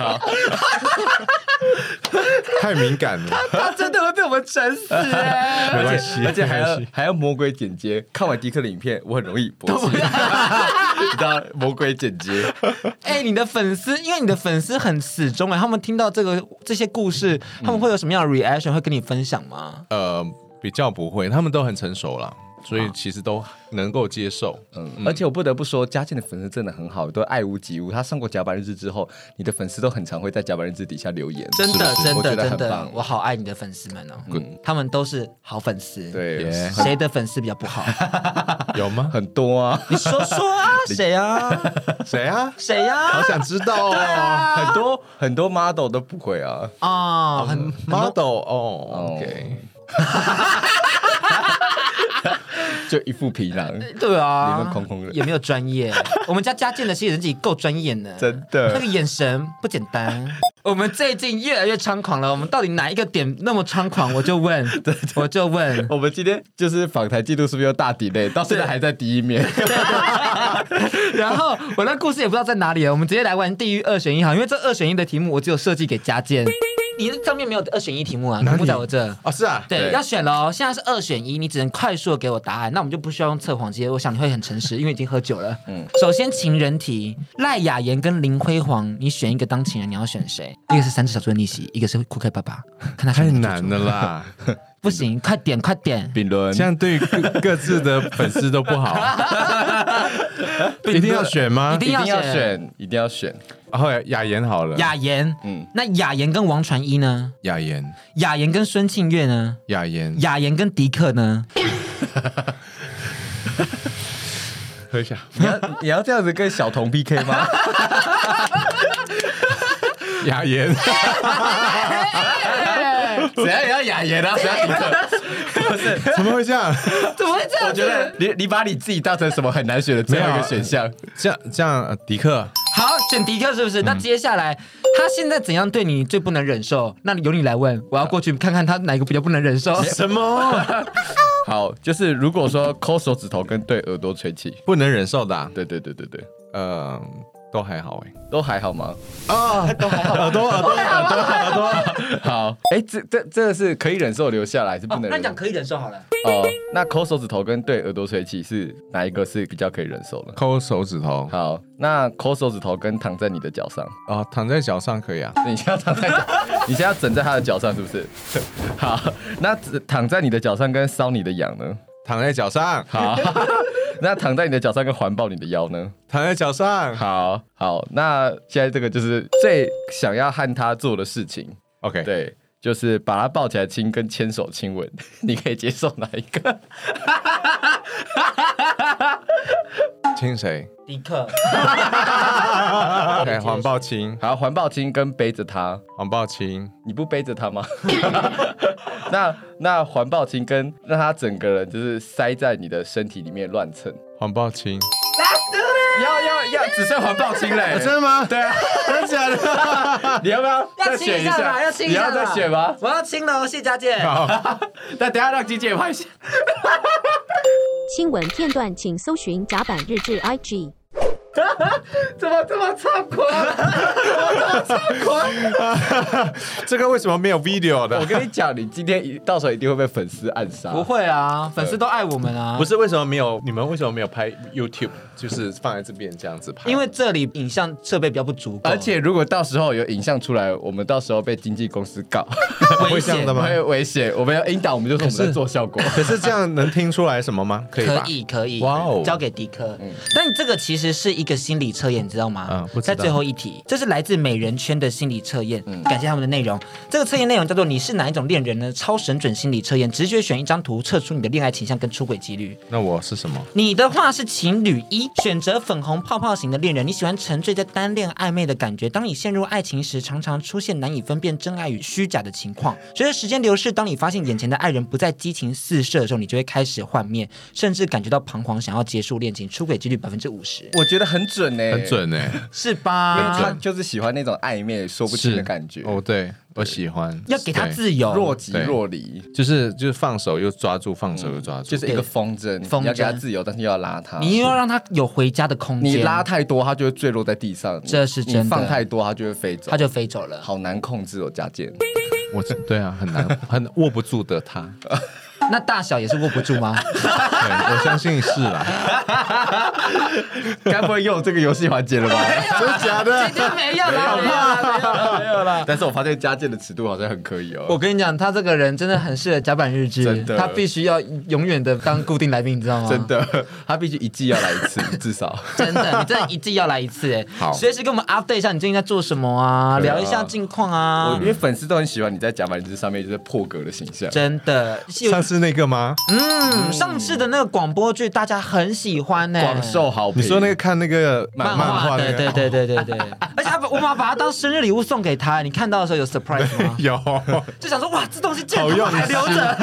Speaker 4: [LAUGHS] 太敏感了，
Speaker 2: 他真的会被我们整死 [LAUGHS] 哎。
Speaker 4: 没
Speaker 3: 而
Speaker 4: 关系，
Speaker 3: 且而且还
Speaker 4: 没关
Speaker 3: 要
Speaker 4: 系
Speaker 3: 还要魔鬼剪接。看完迪克的影片，我很容易勃起，你知道魔鬼剪接。
Speaker 2: 哎、你的粉丝，因为你的粉丝很死忠哎，他们听到这个这些故事，他们会有什么样的 reaction？会跟你分享吗？
Speaker 4: 呃，比较不会，他们都很成熟啦，所以其实都能够接受。
Speaker 3: 嗯，而且我不得不说，嘉健的粉丝真的很好，都爱屋及乌。他上过《甲板日志》之后，你的粉丝都很常会在《甲板日志》底下留言，
Speaker 2: 真的，
Speaker 3: 是不是
Speaker 2: 真
Speaker 3: 我觉
Speaker 2: 的，
Speaker 3: 得
Speaker 2: 真
Speaker 3: 很
Speaker 2: 的
Speaker 3: 棒，。
Speaker 2: 我好爱你的粉丝们哦，
Speaker 3: Good
Speaker 2: 他们都是好粉丝。，
Speaker 3: 对
Speaker 4: Yeah
Speaker 2: 谁的粉丝比较不 [LAUGHS] 好？
Speaker 4: 有吗？
Speaker 3: 很多啊，
Speaker 2: 你说说啊，谁啊？
Speaker 4: [LAUGHS]
Speaker 2: [LAUGHS]
Speaker 4: 谁啊？
Speaker 2: 谁啊
Speaker 4: 好？想知道哦。
Speaker 3: 很多很多 model 都不会啊。
Speaker 2: 哦，很
Speaker 4: model 哦，OK，
Speaker 3: 就一副皮囊，
Speaker 2: 对啊，
Speaker 3: 理论空空的
Speaker 2: 也没有专业。我们家家健的戏人自己够专业呢，
Speaker 3: [LAUGHS] 真
Speaker 2: 那
Speaker 3: 的
Speaker 2: 个。眼神不简单。我们最近越来越猖狂了，我们到底哪一个点那么猖狂？我就
Speaker 3: [LAUGHS]
Speaker 2: 问，我就问。
Speaker 3: 我们今天就是访谈记录是不是又大底类？到现在还在第一面，
Speaker 2: 然后我那故事也不知道在哪里了，我们直接来玩地狱二选一哈，因为这二选一的题目我只有设计给家健。你这上面没有二选一题目啊，
Speaker 4: 哪
Speaker 2: 题
Speaker 4: 里
Speaker 2: 目在我这。
Speaker 4: 啊，是啊，
Speaker 2: 对，
Speaker 3: 对
Speaker 2: 要选喽！现在是二选一，你只能快速的给我答案。那我们就不需要用测谎机，我想你会很诚实，因为已经喝酒了。嗯
Speaker 3: 嗯，
Speaker 2: 首先情人题，赖雅妍跟林辉煌，你选一个当情人，你要选谁？一个是三只小猪的逆袭，一个是酷克爸爸，看他选
Speaker 4: 太
Speaker 2: 哪个
Speaker 4: 难了啦，
Speaker 2: 不行，快点快点！
Speaker 3: 丙伦
Speaker 4: 这样对 [LAUGHS] 各各自的粉丝都不 [LAUGHS] 好。一定要选吗
Speaker 2: 一？
Speaker 3: 一
Speaker 2: 定
Speaker 3: 定
Speaker 2: 要
Speaker 3: 要
Speaker 2: 选
Speaker 3: 选，一定要选。
Speaker 4: 然后雅妍好了，
Speaker 2: 雅妍。
Speaker 3: 嗯，
Speaker 2: 那雅妍跟王传一呢？
Speaker 4: 雅妍，
Speaker 2: 雅妍跟孙庆月呢？
Speaker 4: 雅妍，
Speaker 2: 雅妍跟迪克呢？
Speaker 4: 喝一下。
Speaker 3: 你要你要这样子跟小童 PK 吗？
Speaker 4: 雅 [LAUGHS] 妍，
Speaker 3: [LAUGHS] 谁要也要雅妍啊？谁要迪克？
Speaker 4: 怎么会这样？
Speaker 2: [LAUGHS] 怎么会这样？
Speaker 3: 我觉得你你把你自己当成什么很难选的最后一个选项？
Speaker 4: 这样这样，呃迪克，
Speaker 2: 好，选迪克是不是？那接下来他现在怎样对你最不能忍受？那由你来问，我要过去看看他哪个比较不能忍受。
Speaker 4: 什么
Speaker 3: 好，就是如果说抠手指头跟对耳朵吹气，
Speaker 4: 不能忍受的啊？
Speaker 3: 对对对对对，
Speaker 4: 呃，都还好哎。
Speaker 3: 都还好吗？
Speaker 4: 啊，都还好，耳朵耳朵耳朵耳朵，
Speaker 3: 好，哎，这这这是可以忍受留下来，是不
Speaker 2: 哦，
Speaker 3: 能
Speaker 2: 那
Speaker 3: 忍
Speaker 2: 你
Speaker 3: 受
Speaker 2: 讲。可以忍受好了。
Speaker 3: 哦，那抠手指头跟对耳朵吹气是哪一个是比较可以忍受的？
Speaker 4: 抠手指头
Speaker 3: 好，那抠手指头跟躺在你的脚上，
Speaker 4: 啊，躺在脚上可以啊。
Speaker 3: 你现在躺在， [LAUGHS] 你现在要枕在他的脚上是不是？好，那只躺在你的脚上跟搔你的痒呢？
Speaker 4: 躺在脚上，
Speaker 3: 好，那躺在你的脚上跟环抱你的腰呢？
Speaker 4: 躺在脚上。
Speaker 3: 好好，那现在这个就是最想要和他做的事情，
Speaker 4: OK，
Speaker 3: 对，就是把他抱起来亲跟牵手亲吻，你可以接受哪一个？
Speaker 4: 亲 [LAUGHS] 谁哎
Speaker 2: 迪克，
Speaker 4: ？OK，环抱亲，
Speaker 3: 好，环抱亲跟背着他，
Speaker 4: 环抱亲，
Speaker 3: 你不背着他吗？ [LAUGHS] 那那环抱亲跟让他整个人就是塞在你的身体里面乱蹭，
Speaker 4: 环抱亲。
Speaker 3: 要要要，只剩环抱亲嘞，
Speaker 4: 的吗？ [LAUGHS]
Speaker 3: 对啊，
Speaker 4: 真的假
Speaker 3: [LAUGHS]
Speaker 4: 的？
Speaker 3: 你要不要
Speaker 2: 要
Speaker 3: [LAUGHS] 再
Speaker 2: 亲
Speaker 3: 选
Speaker 2: 一
Speaker 3: 一
Speaker 2: 下吧，要亲一
Speaker 3: 你
Speaker 2: 下
Speaker 3: 要
Speaker 2: 吧。
Speaker 3: 再选吗？
Speaker 2: 我要亲了哦，谢家健。
Speaker 3: 那等一下让金姐拍一下。
Speaker 1: 新闻片段请搜寻甲板日志 IG。
Speaker 2: 怎么这么猖狂？
Speaker 4: 这个为什么没有 video
Speaker 3: 我
Speaker 4: 的？
Speaker 3: 跟你讲，你今天一到时候一定会被粉丝暗杀。
Speaker 2: 不会啊，粉丝都爱我们啊。
Speaker 4: 不，是为什么没有？你们为什么没有拍 YouTube？就是放在这边这样子拍？
Speaker 2: 因为这里影像设备比较不足够，
Speaker 3: 而且如果到时候有影像出来，我们到时候被经纪公司告，
Speaker 2: 危
Speaker 4: 会这样
Speaker 2: 险
Speaker 4: 的。
Speaker 3: [LAUGHS]
Speaker 4: 吗
Speaker 3: 会危险。我们要引导，我们就说我们在
Speaker 4: 可是
Speaker 3: 做效果。
Speaker 4: 可是这样能听出来什么吗？可以吧？
Speaker 2: 可以可以，
Speaker 4: 哇哦
Speaker 2: 交给迪科。
Speaker 3: 嗯
Speaker 2: 但这个其实是一个心理测验，你知道吗？
Speaker 4: 嗯不知
Speaker 2: 在
Speaker 4: 道
Speaker 2: 最后一题，这是来自美人圈的心理测验，
Speaker 3: 嗯
Speaker 2: 感谢他们的内容。这个测验内容叫做“你是哪一种恋人呢？”超神准心理测验，直觉选一张图测出你的恋爱倾向跟出轨几率。
Speaker 4: 那我是什么？
Speaker 2: 你的话是情侣一，选择粉红泡泡型的恋人，你喜欢沉醉在单恋暧昧的感觉。当你陷入爱情时，常常出现难以分辨真爱与虚假的情况。随着时间流逝，当你发现眼前的爱人不再激情四射的时候，你就会开始幻灭，甚至感觉到彷徨，想要结束恋情。出轨几率百分之五十，
Speaker 3: 我觉得很准呢、
Speaker 4: 很，准哎、
Speaker 2: 是
Speaker 3: 因为他
Speaker 2: 吧？
Speaker 3: 就是喜欢那种暧昧说不清的感觉，
Speaker 4: 哦，对，我喜欢。
Speaker 2: 要给他
Speaker 4: 对
Speaker 2: 自由，
Speaker 3: 若即若离，
Speaker 4: 就是就是放手又抓住，放手又抓住，
Speaker 3: 嗯就是一个风筝，
Speaker 2: 风筝
Speaker 3: 你要给他自由，但是又要拉他。
Speaker 2: 你又要让他有回家的空间，
Speaker 3: 你拉太多，他就会坠落在地上；
Speaker 2: 这是真的
Speaker 3: 你放太多，他就会飞走。
Speaker 2: 他就飞走了。
Speaker 3: 好难控制哦，家健。
Speaker 4: 我对啊，很难很握不住的他。
Speaker 2: 那大小也是握不住 [LAUGHS] 吗？
Speaker 4: 对，我相信是啦。
Speaker 3: 该不会又有这个游戏环
Speaker 2: [LAUGHS]
Speaker 3: 节了吧？真的假的？
Speaker 2: 今天没有啦，没有啦，没有啦，没有啦。
Speaker 3: 但是我发现家健的尺度好像很可以哦。
Speaker 2: 我跟你讲，他这个人真的很适合甲板日志
Speaker 3: 真，的
Speaker 2: 他必须要永远的当固定来宾，你知道吗？
Speaker 3: [LAUGHS] 真。的，他必须一季要来一次，至少。
Speaker 2: [LAUGHS] 真的，你真的一季要来一次哎，
Speaker 4: 好
Speaker 2: 随时跟我们 update 一下你最近在做什么啊，
Speaker 3: 对啊
Speaker 2: 聊一下近况
Speaker 3: 我
Speaker 2: 啊
Speaker 3: 因，为粉丝都很喜欢你在甲板日志上面就是破格的形象。
Speaker 2: 真的。是
Speaker 4: 上次那个吗？
Speaker 2: 嗯，上次的那个广播剧大家很喜欢呢，
Speaker 3: 广受好评。
Speaker 4: 你说那个看那个
Speaker 2: 漫
Speaker 4: 漫画
Speaker 2: 对
Speaker 4: 那个？
Speaker 2: 对对对对对，而且他把我们把它当生日礼物送给他，你看到的时候有 surprise 吗
Speaker 4: [LAUGHS] ？有。
Speaker 2: 就想说哇，这东西竟然
Speaker 4: 好
Speaker 2: [LAUGHS]
Speaker 4: 用
Speaker 2: 还留着。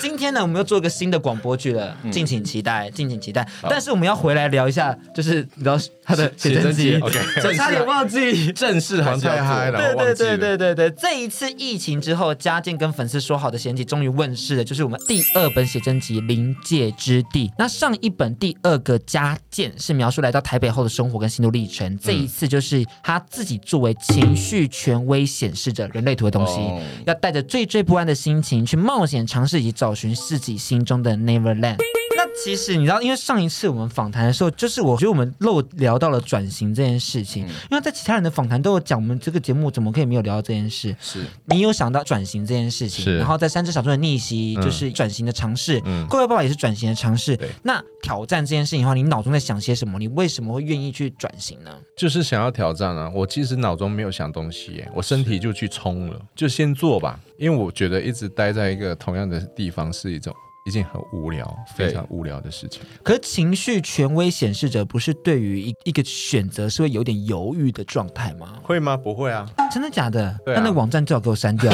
Speaker 2: 今天呢，我们又做一个新的广播剧了，
Speaker 4: 嗯
Speaker 2: 敬请期待，敬请期待。但是我们要回来聊一下，就是你知道他的写真集
Speaker 4: 写真集，OK
Speaker 2: 我 [LAUGHS] 差点忘记。
Speaker 4: 正式好像太嗨了，然
Speaker 2: 对
Speaker 4: 后忘
Speaker 2: 对
Speaker 4: 记
Speaker 2: 对
Speaker 4: 了。
Speaker 2: 对对对，这一次疫情之后，嘉靖跟粉丝说好的写真集终于问世了，就是我们第二本写真集《临界之地》。那上一本第二个嘉靖是描述来到台北后的生活跟心路历
Speaker 4: 嗯
Speaker 2: 程，这一次就是他自己作为情绪权威显示着人类图的东西，
Speaker 4: 嗯
Speaker 3: 哦
Speaker 2: 要带着惴惴不安的心情去冒险尝试以及找寻自己心中的 Neverland。那其实你知道，因为上一次我们访谈的时候，就是我觉得我们漏聊到了转型这件事
Speaker 4: 嗯
Speaker 2: 情，因为在其他人的访谈都有讲，我们这个节目怎么可以没有聊到这件事？
Speaker 4: 是
Speaker 2: 你有想到转型这件事情，
Speaker 4: 是
Speaker 2: 然后在山之小众的逆袭就是转型的尝试，
Speaker 4: 嗯
Speaker 2: 各位爸爸也是转型的尝试
Speaker 4: 对。
Speaker 2: 那挑战这件事情的话，你脑中在想些什么？你为什么会愿意去转型呢？
Speaker 4: 就是想要挑战啊！我其实脑中没有想东西耶，我身体就去冲了，就先做吧。因为我觉得一直待在一个同样的地方是一种一件很无聊、
Speaker 3: 对
Speaker 4: 非常无聊的事情。
Speaker 2: 可是情绪权威显示者不是对于一一个选择是会有点犹豫的状态吗？
Speaker 4: 会吗？不会啊。
Speaker 2: 真的假的？
Speaker 4: 对啊
Speaker 2: 那那网站最好给我删
Speaker 4: [LAUGHS]
Speaker 2: 掉。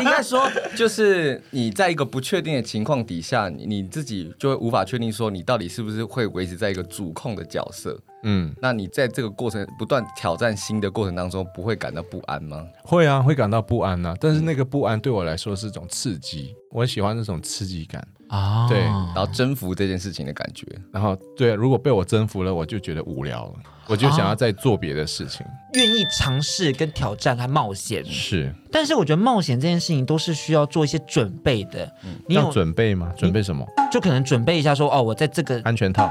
Speaker 3: 应该说，就是你在一个不确定的情况底下，你你自己就会无法确定说你到底是不是会维持在一个主控的角色。
Speaker 4: 嗯，
Speaker 3: 那你在这个过程不断挑战新的过程当中，不会感到不安吗？
Speaker 4: 会啊，会感到不安呐、但是那个不安对我来说是一种刺激，我喜欢那种刺激感。
Speaker 2: 哦
Speaker 4: 对
Speaker 3: 然后征服这件事情的感觉，
Speaker 4: 然后，对，如果被我征服了，我就觉得无聊了，我就想要再做别的事情。
Speaker 2: 愿意尝试跟挑战和冒险，
Speaker 4: 是
Speaker 2: 但是我觉得冒险这件事情都是需要做一些准备的。
Speaker 3: 嗯
Speaker 2: 你
Speaker 4: 要
Speaker 2: 有
Speaker 4: 准备吗？准备什么？
Speaker 2: 就可能准备一下说，哦，我在这个
Speaker 4: 安
Speaker 2: [LAUGHS]
Speaker 4: 全套。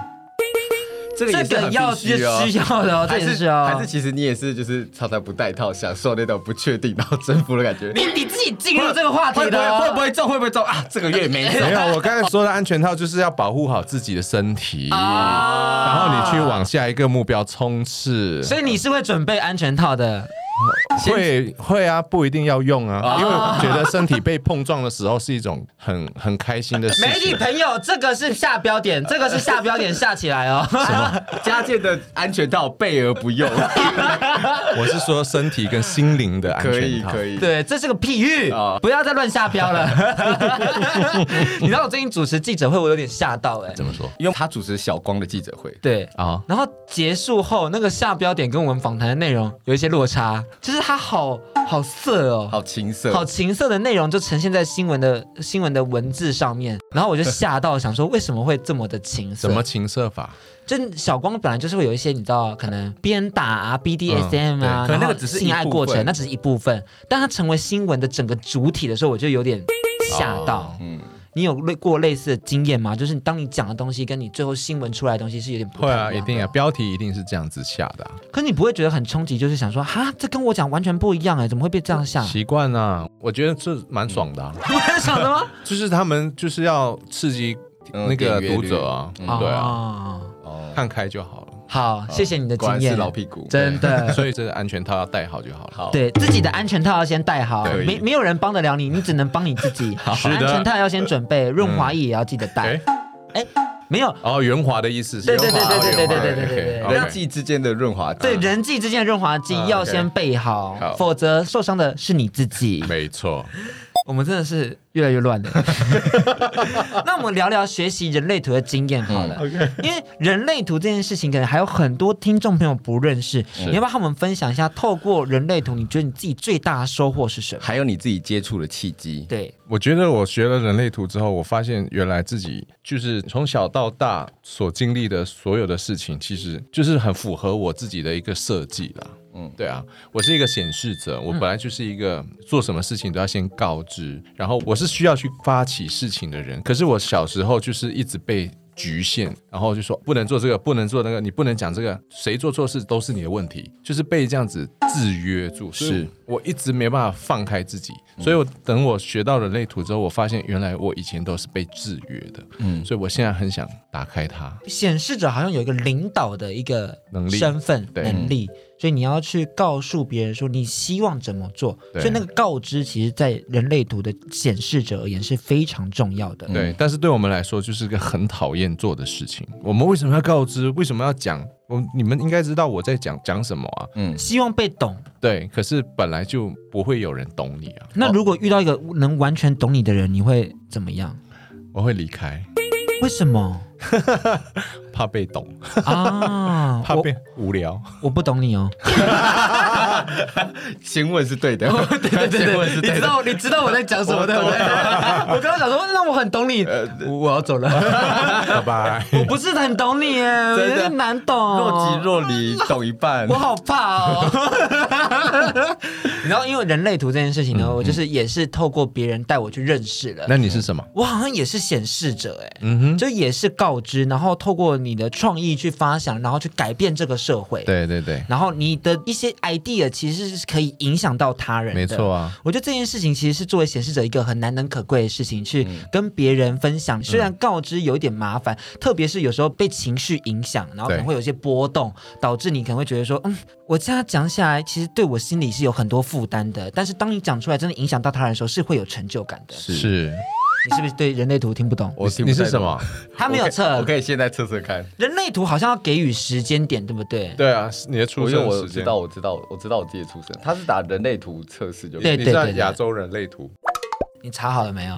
Speaker 3: 这
Speaker 2: 这个要
Speaker 3: 需
Speaker 2: 是需要的哦，这
Speaker 3: 啊还
Speaker 2: 也
Speaker 3: 是
Speaker 2: 是哦。
Speaker 3: 还是其实你也是就是常常不带套，享受那种不确定然后征服的感觉。
Speaker 2: 你你自己进入这个话
Speaker 3: 会
Speaker 2: 题
Speaker 3: 不
Speaker 2: 的
Speaker 3: 会
Speaker 2: 哦，
Speaker 3: 会不会中？会不会中啊？这个月没
Speaker 2: [LAUGHS]
Speaker 3: 中。
Speaker 4: 没有，我刚才说的安全套就是要保护好自己的身体，
Speaker 2: 啊
Speaker 4: 然后你去往下一个目标冲刺。
Speaker 2: 所以你是会准备安全套的，
Speaker 4: 会会啊，不一定要用啊，因为我觉得身体被碰撞的时候是一种很很开心的
Speaker 2: [LAUGHS]
Speaker 4: 事
Speaker 2: 媒体
Speaker 4: 情。
Speaker 2: 朋友，这个是下标点，这个是下标点，下起来哦。
Speaker 3: 家健的安全套备而不用，
Speaker 4: 我是说身体跟心灵的安
Speaker 3: 可
Speaker 4: 全
Speaker 3: 以
Speaker 4: 套。
Speaker 3: 可
Speaker 2: [LAUGHS]
Speaker 3: 以。
Speaker 2: 对，这是个譬喻，
Speaker 3: 啊
Speaker 2: 不要再乱下标了。 [LAUGHS] 你知道我最近主持记者会，我有点吓到哎、
Speaker 4: 怎么说
Speaker 3: 因为他主持小光的记者会，
Speaker 2: 对。
Speaker 3: 哦
Speaker 4: 啊？
Speaker 2: 然后结束后，那个下标点跟我们访谈的内容有一些落差，就是他好好色哦，
Speaker 3: 好青涩，
Speaker 2: 好情色的内容就呈现在新闻的新闻的文字上面，然后我就吓到，想说为什么会这么的情色？
Speaker 4: 什么情色法？
Speaker 2: 就小光本来就是会有一些你知道，可能鞭打啊、BDSM 啊，然
Speaker 3: 嗯对可能
Speaker 2: 后
Speaker 3: 那个只是一
Speaker 2: 性爱过
Speaker 3: 部
Speaker 2: 程，
Speaker 3: 分
Speaker 2: 那只是一部分。但它成为新闻的整个主体的时候，我就有
Speaker 3: 哦
Speaker 2: 点吓到。
Speaker 3: 嗯，
Speaker 2: 你有类过类似的经验吗？就是当你讲的东西跟你最后新闻出来的东西是有点不太
Speaker 4: 会
Speaker 2: 一
Speaker 4: 啊，
Speaker 2: 样。
Speaker 4: 一定啊，。标题一定是这样子下的啊、
Speaker 2: 可你不会觉得很冲击，就是想说，哈，这跟我讲完全不一样哎、怎么会被这样想？
Speaker 4: 习惯啊，我觉得这蛮爽的啊、
Speaker 2: 我在想的吗？
Speaker 4: 就是他们就是要刺激
Speaker 3: 嗯
Speaker 4: 那个读者啊，
Speaker 3: 点阅率嗯
Speaker 4: 对啊，
Speaker 2: 啊。
Speaker 3: 哦，
Speaker 4: 看开就好了。
Speaker 2: 好，谢谢你的经
Speaker 3: 果然
Speaker 2: 验，
Speaker 3: 是老屁股，
Speaker 2: 真
Speaker 4: [LAUGHS]
Speaker 2: 的。
Speaker 4: 所以这个安全套要戴好就好了。
Speaker 3: 好，
Speaker 2: 对自己的安全套要先戴好，
Speaker 3: 对
Speaker 2: 没没有人帮得了你，你只能帮你自己。
Speaker 4: 是的嗯
Speaker 2: 安全套要先准备，润滑液也要记得带
Speaker 4: 诶。
Speaker 2: 哎、没有，
Speaker 4: 哦，圆滑的意思是
Speaker 2: 对对
Speaker 4: 圆滑
Speaker 2: 对对对对
Speaker 4: 圆滑
Speaker 2: 对对对对
Speaker 4: OK，OK
Speaker 3: 人际之间的润滑剂，
Speaker 2: 对人际之间的润滑剂
Speaker 4: 嗯
Speaker 2: 要先备好，
Speaker 4: 好
Speaker 2: 否则受伤的是你自己。
Speaker 4: 没错，
Speaker 2: 我们真的是越来越
Speaker 4: [LAUGHS]
Speaker 2: 乱了。那我们聊聊学习人类图的经验好了，因为人类图这件事情，可能还有很多听众朋友不认识，你要不要和我们分享一下？透过人类图，你觉得你自己最大的收获是什么？
Speaker 3: 还有你自己接触的契机，
Speaker 2: 对，
Speaker 4: 我觉得我学了人类图之后，我发现原来自己就是从小到大所经历的所有的事情，其实就是很符合我自己的一个设计啦。嗯，对啊，我是一个显示者，我本来就是一个做什么事情都要先告知，然后我是需要去发起事情的人。可是我小时候就是一直被局限，然后就说不能做这个，不能做那个，你不能讲这个，谁做错事都是你的问题，就是被这样子制约住。
Speaker 3: 是
Speaker 4: 所以我一直没办法放开自己，所以我等我学到人类图之后，我发现原来我以前都是被制约的，嗯，所以我现在很想打开它。
Speaker 2: 显示者好像有一个领导的一个
Speaker 4: 能力
Speaker 2: 身份
Speaker 4: 对
Speaker 2: 能力，所以你要去告诉别人说你希望怎么做。
Speaker 4: 对
Speaker 2: 所以那个告知，其实在人类图的显示者而言是非常重要的。
Speaker 4: 对，但是对我们来说，就是个很讨厌做的事情。我们为什么要告知？为什么要讲？我你们应该知道我在讲讲什么啊？
Speaker 3: 嗯，
Speaker 2: 希望被懂。
Speaker 4: 对，可是本来就不会有人懂你啊。
Speaker 2: 那如果遇到一个能完全懂你的人，你会怎么样？
Speaker 4: 我会离开，
Speaker 2: 为什么
Speaker 4: 怕被懂，
Speaker 2: [LAUGHS] [LAUGHS] 啊？
Speaker 4: 怕
Speaker 2: 我
Speaker 4: 被无聊。
Speaker 2: 我不懂你哦。
Speaker 3: 先问是对的，对 [LAUGHS] 对先问是对的。
Speaker 2: 道你知道我在讲什么对不对？ [LAUGHS] 我刚刚想说，那我很懂 [LAUGHS] 你，我要走 [LAUGHS] 了，
Speaker 4: 拜拜。
Speaker 2: 我不是很懂你耶，我
Speaker 3: 真的
Speaker 2: 有点难懂，
Speaker 3: 若即若离，懂一半
Speaker 2: 我。好怕哦。 [LAUGHS] 嗯然后因为人类图这件事情呢，我就是也是透过别人带我去认识了。
Speaker 4: [LAUGHS] 那你是什么？
Speaker 2: 我好像也是显示者哎、
Speaker 4: 嗯哼，
Speaker 2: 就也是告知，然后透过你的创意去发想，然后去改变这个社会。，
Speaker 4: 对对对，
Speaker 2: 然后你的一些 idea 其实是可以影响到他人的。
Speaker 4: 没错啊。
Speaker 2: 我觉得这件事情其实是作为显示者一个很难能可贵的事情，去跟别人分
Speaker 4: 嗯
Speaker 2: 享。虽然告知有一点麻烦，特别是有时候被情绪影响，然后可能
Speaker 4: 对
Speaker 2: 会有一些波动，导致你可能会觉得说，嗯，我这样讲下来，其实对我心里是有很多负担的。但是当你讲出来，真的影响到他人的时候，是会有成就感的。
Speaker 4: 是，哦
Speaker 2: 你是不是对人类图听不懂？
Speaker 3: 我听不
Speaker 4: 你是
Speaker 3: 太
Speaker 4: 什
Speaker 3: 懂
Speaker 4: 么？？
Speaker 2: 他没有测，
Speaker 3: 我可以我可以现在测测看。
Speaker 2: 人类图好像要给予时间点，对不对？
Speaker 4: 对啊，你的出
Speaker 3: 我因为
Speaker 4: 生
Speaker 3: 我
Speaker 4: 时
Speaker 3: 知
Speaker 4: 间。
Speaker 3: 道，我知道，我知道我自己的出生，他是打人类图测试就可以
Speaker 2: 对
Speaker 4: 你
Speaker 2: 对
Speaker 4: 知道
Speaker 2: 对对
Speaker 4: 亚洲人类图，
Speaker 2: 你查好了没有？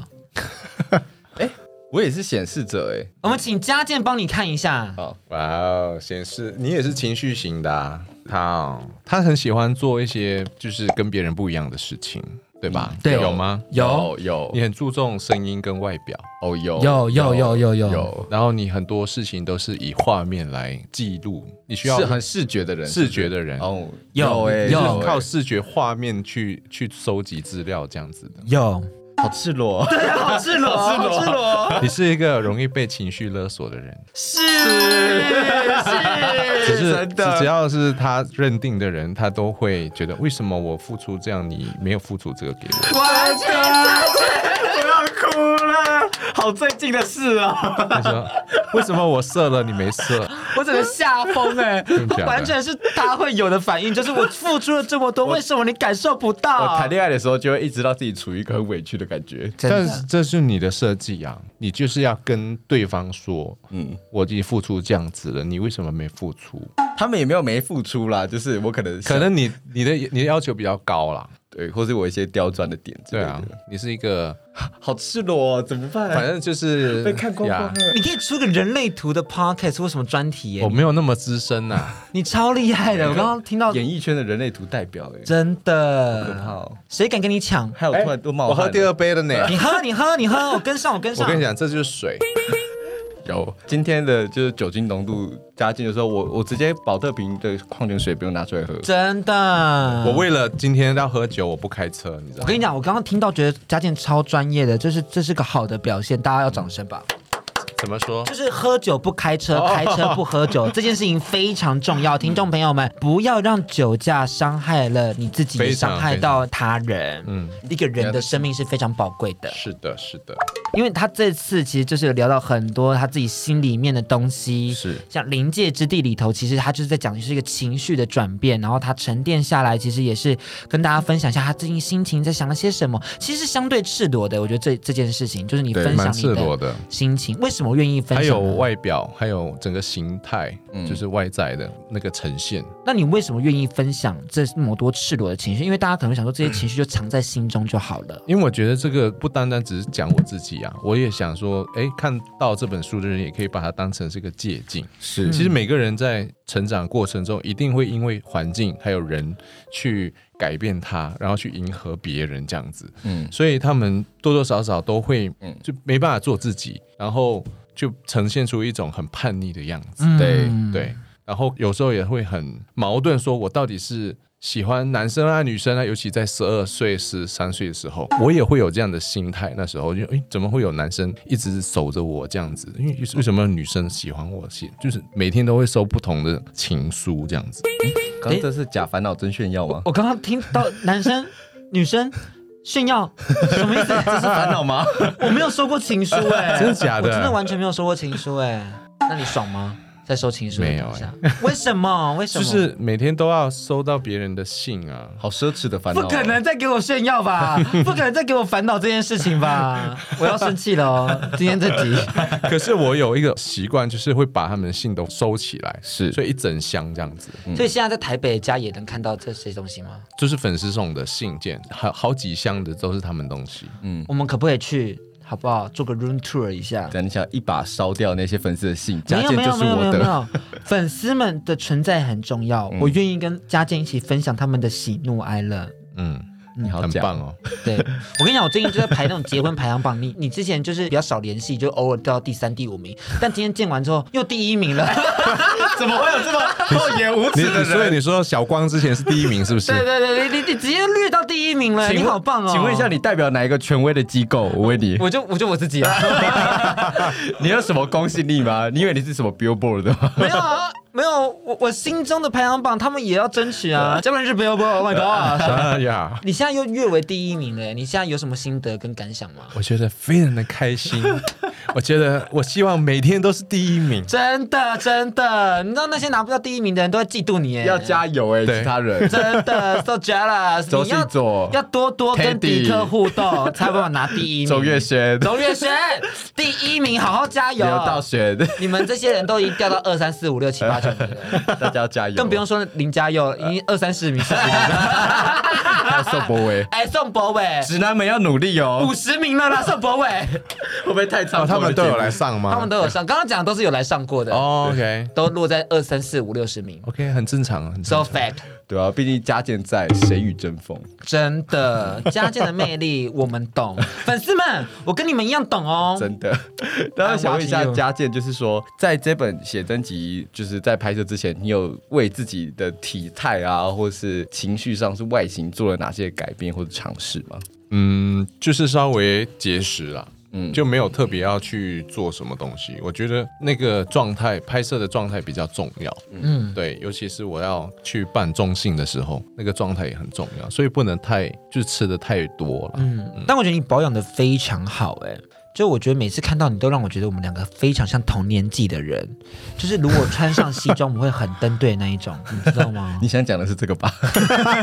Speaker 3: 我也是显示者哎，
Speaker 2: 我们请嘉健帮你看一下。
Speaker 4: 哇哦，显示你也是情绪型的、啊，他哦，他很喜欢做一些就是跟别人不一样的事情，对吧？
Speaker 2: 对
Speaker 4: 有吗？
Speaker 3: 有有
Speaker 4: 你很注重声音跟外表，
Speaker 3: 哦有
Speaker 2: 有有有有
Speaker 3: 有，
Speaker 4: 然后你很多事情都是以画面来记录，你需要
Speaker 3: 是很视觉的人，
Speaker 4: 视觉的人，
Speaker 3: 哦
Speaker 2: 有
Speaker 3: 哎
Speaker 4: 你是
Speaker 2: 有。
Speaker 4: 靠视觉画面去去搜集资料这样子的
Speaker 2: 有，
Speaker 3: 好赤裸，
Speaker 2: 好赤裸，好赤裸，
Speaker 4: 你是一个容易被情绪勒索的人，
Speaker 2: 是是。
Speaker 4: 只是
Speaker 3: 真
Speaker 4: 只
Speaker 3: 的
Speaker 4: 只要是他认定的人，他都会觉得为什么我付出这样，你没有付出这个给我。 [LAUGHS]
Speaker 3: 完全我要哭了，好最近的事啊，
Speaker 4: 他说：“为什么我射了你没射？
Speaker 2: 我整个吓疯哎
Speaker 4: 真的假！的
Speaker 2: 完全是他会有的反应，就是我付出了这么多，为什么你感受不
Speaker 3: [LAUGHS] 我
Speaker 2: 到
Speaker 3: 谈？恋爱的时候就会一直让自己处于一个很委屈的感觉，
Speaker 2: 真
Speaker 4: 但
Speaker 2: 的
Speaker 4: 是这是你的设计啊，你就是要跟对方说，
Speaker 3: 嗯，
Speaker 4: 我已经付出这样子了，你为什么没付出？
Speaker 3: 他们也没有没付出啦，就是我可能想
Speaker 4: 可能你你的你的要求比较高啦，
Speaker 3: 对，或是我一些刁钻的点之
Speaker 4: 对
Speaker 3: 类
Speaker 4: 啊
Speaker 3: 的，，
Speaker 4: 你是一个，
Speaker 3: 好赤裸哦，怎么办？
Speaker 4: 反正就是
Speaker 3: 被看光光
Speaker 4: 呀
Speaker 3: 了。
Speaker 2: 你可以出个人类图的 podcast 或什么专题耶
Speaker 4: 我？没有那么资深呐、
Speaker 2: 你超厉害的，我刚刚听到
Speaker 3: 哎演艺圈的人类图代表哎，
Speaker 2: 真
Speaker 3: 很
Speaker 2: 的，
Speaker 3: 好。
Speaker 2: 谁敢跟你抢？
Speaker 3: 还有突然都冒
Speaker 4: 我
Speaker 3: 汗了，
Speaker 4: 喝第二杯了 [LAUGHS] 呢。
Speaker 2: 你喝，你喝，你喝，我跟上，我跟
Speaker 4: 我
Speaker 2: 上。
Speaker 4: 跟你讲，这就是水，
Speaker 3: 有今天的就是酒精浓度加进的时候，我我直接保特瓶的矿泉水不用拿出来喝。
Speaker 2: 真的。
Speaker 4: 我为了今天要喝酒，我不开车，你知
Speaker 2: 我
Speaker 4: 道吗
Speaker 2: 跟？你讲，我刚刚听到觉得嘉健超专业的，就是这是个好的表现，大家要掌声吧。
Speaker 4: 怎么说
Speaker 2: 就？是喝酒不开车，
Speaker 4: 哦
Speaker 2: 开车不喝酒，这件事情非常重要。听众朋友们，不要让酒驾伤害了你自己，也
Speaker 4: 非常
Speaker 2: 伤害到他人。嗯，一个人的生命是非常宝贵的。
Speaker 4: 是的，是的，
Speaker 2: 因为他这次其实就是有聊到很多他自己心里面的东西，
Speaker 4: 是
Speaker 2: 像《临界之地》里头，其实他就是在讲的是一个情绪的转变，然后他沉淀下来，其实也是跟大家分享一下他最近心情在想些什么。其实是相对赤裸的，我觉得这这件事情就是你
Speaker 4: 对
Speaker 2: 分享
Speaker 4: 蛮
Speaker 2: 你
Speaker 4: 赤裸
Speaker 2: 的
Speaker 4: 的。
Speaker 2: 心情，为什么愿意分享？嗯
Speaker 4: 还有，外表，还有整个形态，就是外在的那个呈现。
Speaker 2: 那你为什么愿意分享这么多赤裸的情绪？因为大家可能想说这些情绪就藏在心中就好了。
Speaker 4: 因为我觉得这个不单单只是讲我自己啊，我也想说，哎，看到这本书的人也可以把它当成是个借鉴。
Speaker 2: 嗯
Speaker 3: 是嗯
Speaker 4: 其实每个人在成长过程中，一定会因为环境还有人去改变他，然后去迎合别人这样子。
Speaker 3: 嗯，
Speaker 4: 所以他们多多少少都会
Speaker 3: 嗯，
Speaker 4: 就没办法做自己，然后就呈现出一种很叛逆的样子。
Speaker 3: 对
Speaker 2: 嗯
Speaker 4: 对，然后有时候也会很矛盾，说我到底是喜欢男生啊、女生啊？尤其在十二岁、十三岁的时候，我也会有这样的心态。那时候就诶，怎么会有男生一直守着我这样子？因为为什么女生喜欢我？喜就是每天都会收不同的情书这样子。
Speaker 3: 刚刚这是假烦恼真炫耀吗？
Speaker 2: 我刚刚听到男生、女生炫耀，什么意思？
Speaker 3: 这是烦恼吗？
Speaker 2: 我没有收过情书哎、
Speaker 4: [LAUGHS] 真的假的
Speaker 2: 我真的完全没有收过情书哎、那你爽吗？在收情书的
Speaker 4: 没有
Speaker 2: 当
Speaker 4: [LAUGHS]
Speaker 2: 下为什么？为什
Speaker 4: 就
Speaker 2: 么？
Speaker 4: 是每天都要收到别人的信啊。
Speaker 3: [LAUGHS] 好奢侈的烦恼
Speaker 2: 不
Speaker 3: 哦，
Speaker 2: 可能再给我炫耀
Speaker 4: [LAUGHS]
Speaker 2: 吧？不可能再给我烦恼这件事情吧？我要生气了哦！今天这
Speaker 4: [LAUGHS]
Speaker 2: 集 [LAUGHS]
Speaker 4: 可是我有一个习惯，就是会把他们的信都收起来，
Speaker 3: 是
Speaker 4: 所以一整箱这样子，
Speaker 2: 所以现在在台北家也能看到这些东西吗？嗯
Speaker 4: 就是粉丝送的信件，好好几箱的都是他们东西。
Speaker 2: 我们可不可以去好不好？做个 room tour 一下。
Speaker 3: 等一下，一把烧掉那些粉丝的信，
Speaker 2: 没
Speaker 3: 加
Speaker 2: 有
Speaker 3: 件
Speaker 2: 没
Speaker 3: 就
Speaker 2: 有
Speaker 3: 是
Speaker 2: 没有没
Speaker 3: 我
Speaker 2: 有没
Speaker 3: 的。嗯
Speaker 2: 有， [LAUGHS] 粉丝们的存在很重要，我愿意跟嘉健一起分享他们的喜怒哀乐。
Speaker 4: 嗯，
Speaker 3: 你好
Speaker 4: 很
Speaker 3: 假
Speaker 4: 棒哦。
Speaker 3: [LAUGHS]
Speaker 2: 对我跟你讲，我最近就在排那种结婚排行榜，你你之前就是比较少联系，就偶尔掉到第三、第五名，但今天见完之后又第一名了。
Speaker 3: [LAUGHS] 怎么会有这么厚颜哦无
Speaker 4: 你
Speaker 3: 耻的
Speaker 4: 你所以
Speaker 3: 人？
Speaker 4: 你说小光之前是第一名是不是？
Speaker 2: [LAUGHS] [LAUGHS] 对对对，你你你直接略到第一名了，
Speaker 3: 请
Speaker 2: 你
Speaker 3: 问
Speaker 2: 好棒哦！
Speaker 3: 请问一下，，你代表哪一个权威的机构？我问你，
Speaker 2: 我就我就我自己啊，
Speaker 3: [LAUGHS] 你有什么公信力吗？你以为你是什么 Billboard 的吗？
Speaker 2: [LAUGHS] 没有啊。没有，我我心中的排行榜，他们也要争取
Speaker 3: [LAUGHS]
Speaker 2: 啊，要不然是没有不 Oh my god！
Speaker 4: 哎呀，
Speaker 2: 你现在又跃为第一名了，你现在有什么心得跟感想吗？
Speaker 4: 我觉得非常的开心。
Speaker 2: [LAUGHS]
Speaker 4: 我觉得我希望每天都是第一名。
Speaker 2: 真的真的，你知道那些拿不到第一名的人都在嫉妒你耶，
Speaker 3: 要加油哎，
Speaker 4: 对
Speaker 3: 其他人。
Speaker 2: 真 [LAUGHS] 的 so jealous，
Speaker 3: 周
Speaker 2: 你要
Speaker 3: 信佐
Speaker 2: 要多多跟
Speaker 3: Teddy
Speaker 2: 迪克互动，才有办法拿第一名。
Speaker 3: 周月轩，
Speaker 2: 周月轩第一名，好好加油！
Speaker 3: 刘
Speaker 2: [LAUGHS]
Speaker 3: 道轩，
Speaker 2: 你们这些人都已经掉到二三四五六七八九名 [LAUGHS] 了，
Speaker 3: 大家要加油，
Speaker 2: 更不用说林嘉佑，已经二三十名、四十名了。
Speaker 3: 还有宋
Speaker 2: [LAUGHS]
Speaker 3: 博威，
Speaker 2: 哎，宋啊博伟
Speaker 3: 直男们要努力哦
Speaker 2: 五，十名了啦，宋 [LAUGHS] 博伟，
Speaker 3: 会不会太
Speaker 4: 哦，
Speaker 3: 长？
Speaker 4: 他们都有来上吗？
Speaker 2: 他们都有上，刚刚讲的都是有来上过的，
Speaker 4: 哦，OK
Speaker 2: 都落在二三四五六十名。
Speaker 4: OK，很正常，很正
Speaker 2: So
Speaker 4: 常。
Speaker 2: fact，
Speaker 3: 对啊，毕竟嘉健在，谁与争锋？
Speaker 2: 真的，家健的魅力我们懂，粉丝们，我跟你们一样懂哦。
Speaker 3: 真的。 [LAUGHS] 然后想问一
Speaker 2: watching
Speaker 3: 下
Speaker 2: you
Speaker 3: 嘉健，就是说，在这本写真集就是在拍摄之前，你有为自己的体态啊，或是情绪上是外形做了哪些改变或者尝试吗？
Speaker 4: 嗯，就是稍微节食啦。
Speaker 3: 嗯
Speaker 4: 嗯，就没有特别要去做什么东西。我觉得那个状态，拍摄的状态比较重要。
Speaker 2: 嗯。
Speaker 4: 对，尤其是我要去办中性的时候，那个状态也很重要，所以不能太就是吃的太多了。
Speaker 2: 嗯，但我觉得你保养的非常好、哎，就我觉得每次看到你，都让我觉得我们两个非常像同年纪的人，就是如果穿上西装，我们会很登对那一
Speaker 3: [LAUGHS]
Speaker 2: 种，你知道吗？
Speaker 3: 你想讲的是这个吧？ [LAUGHS]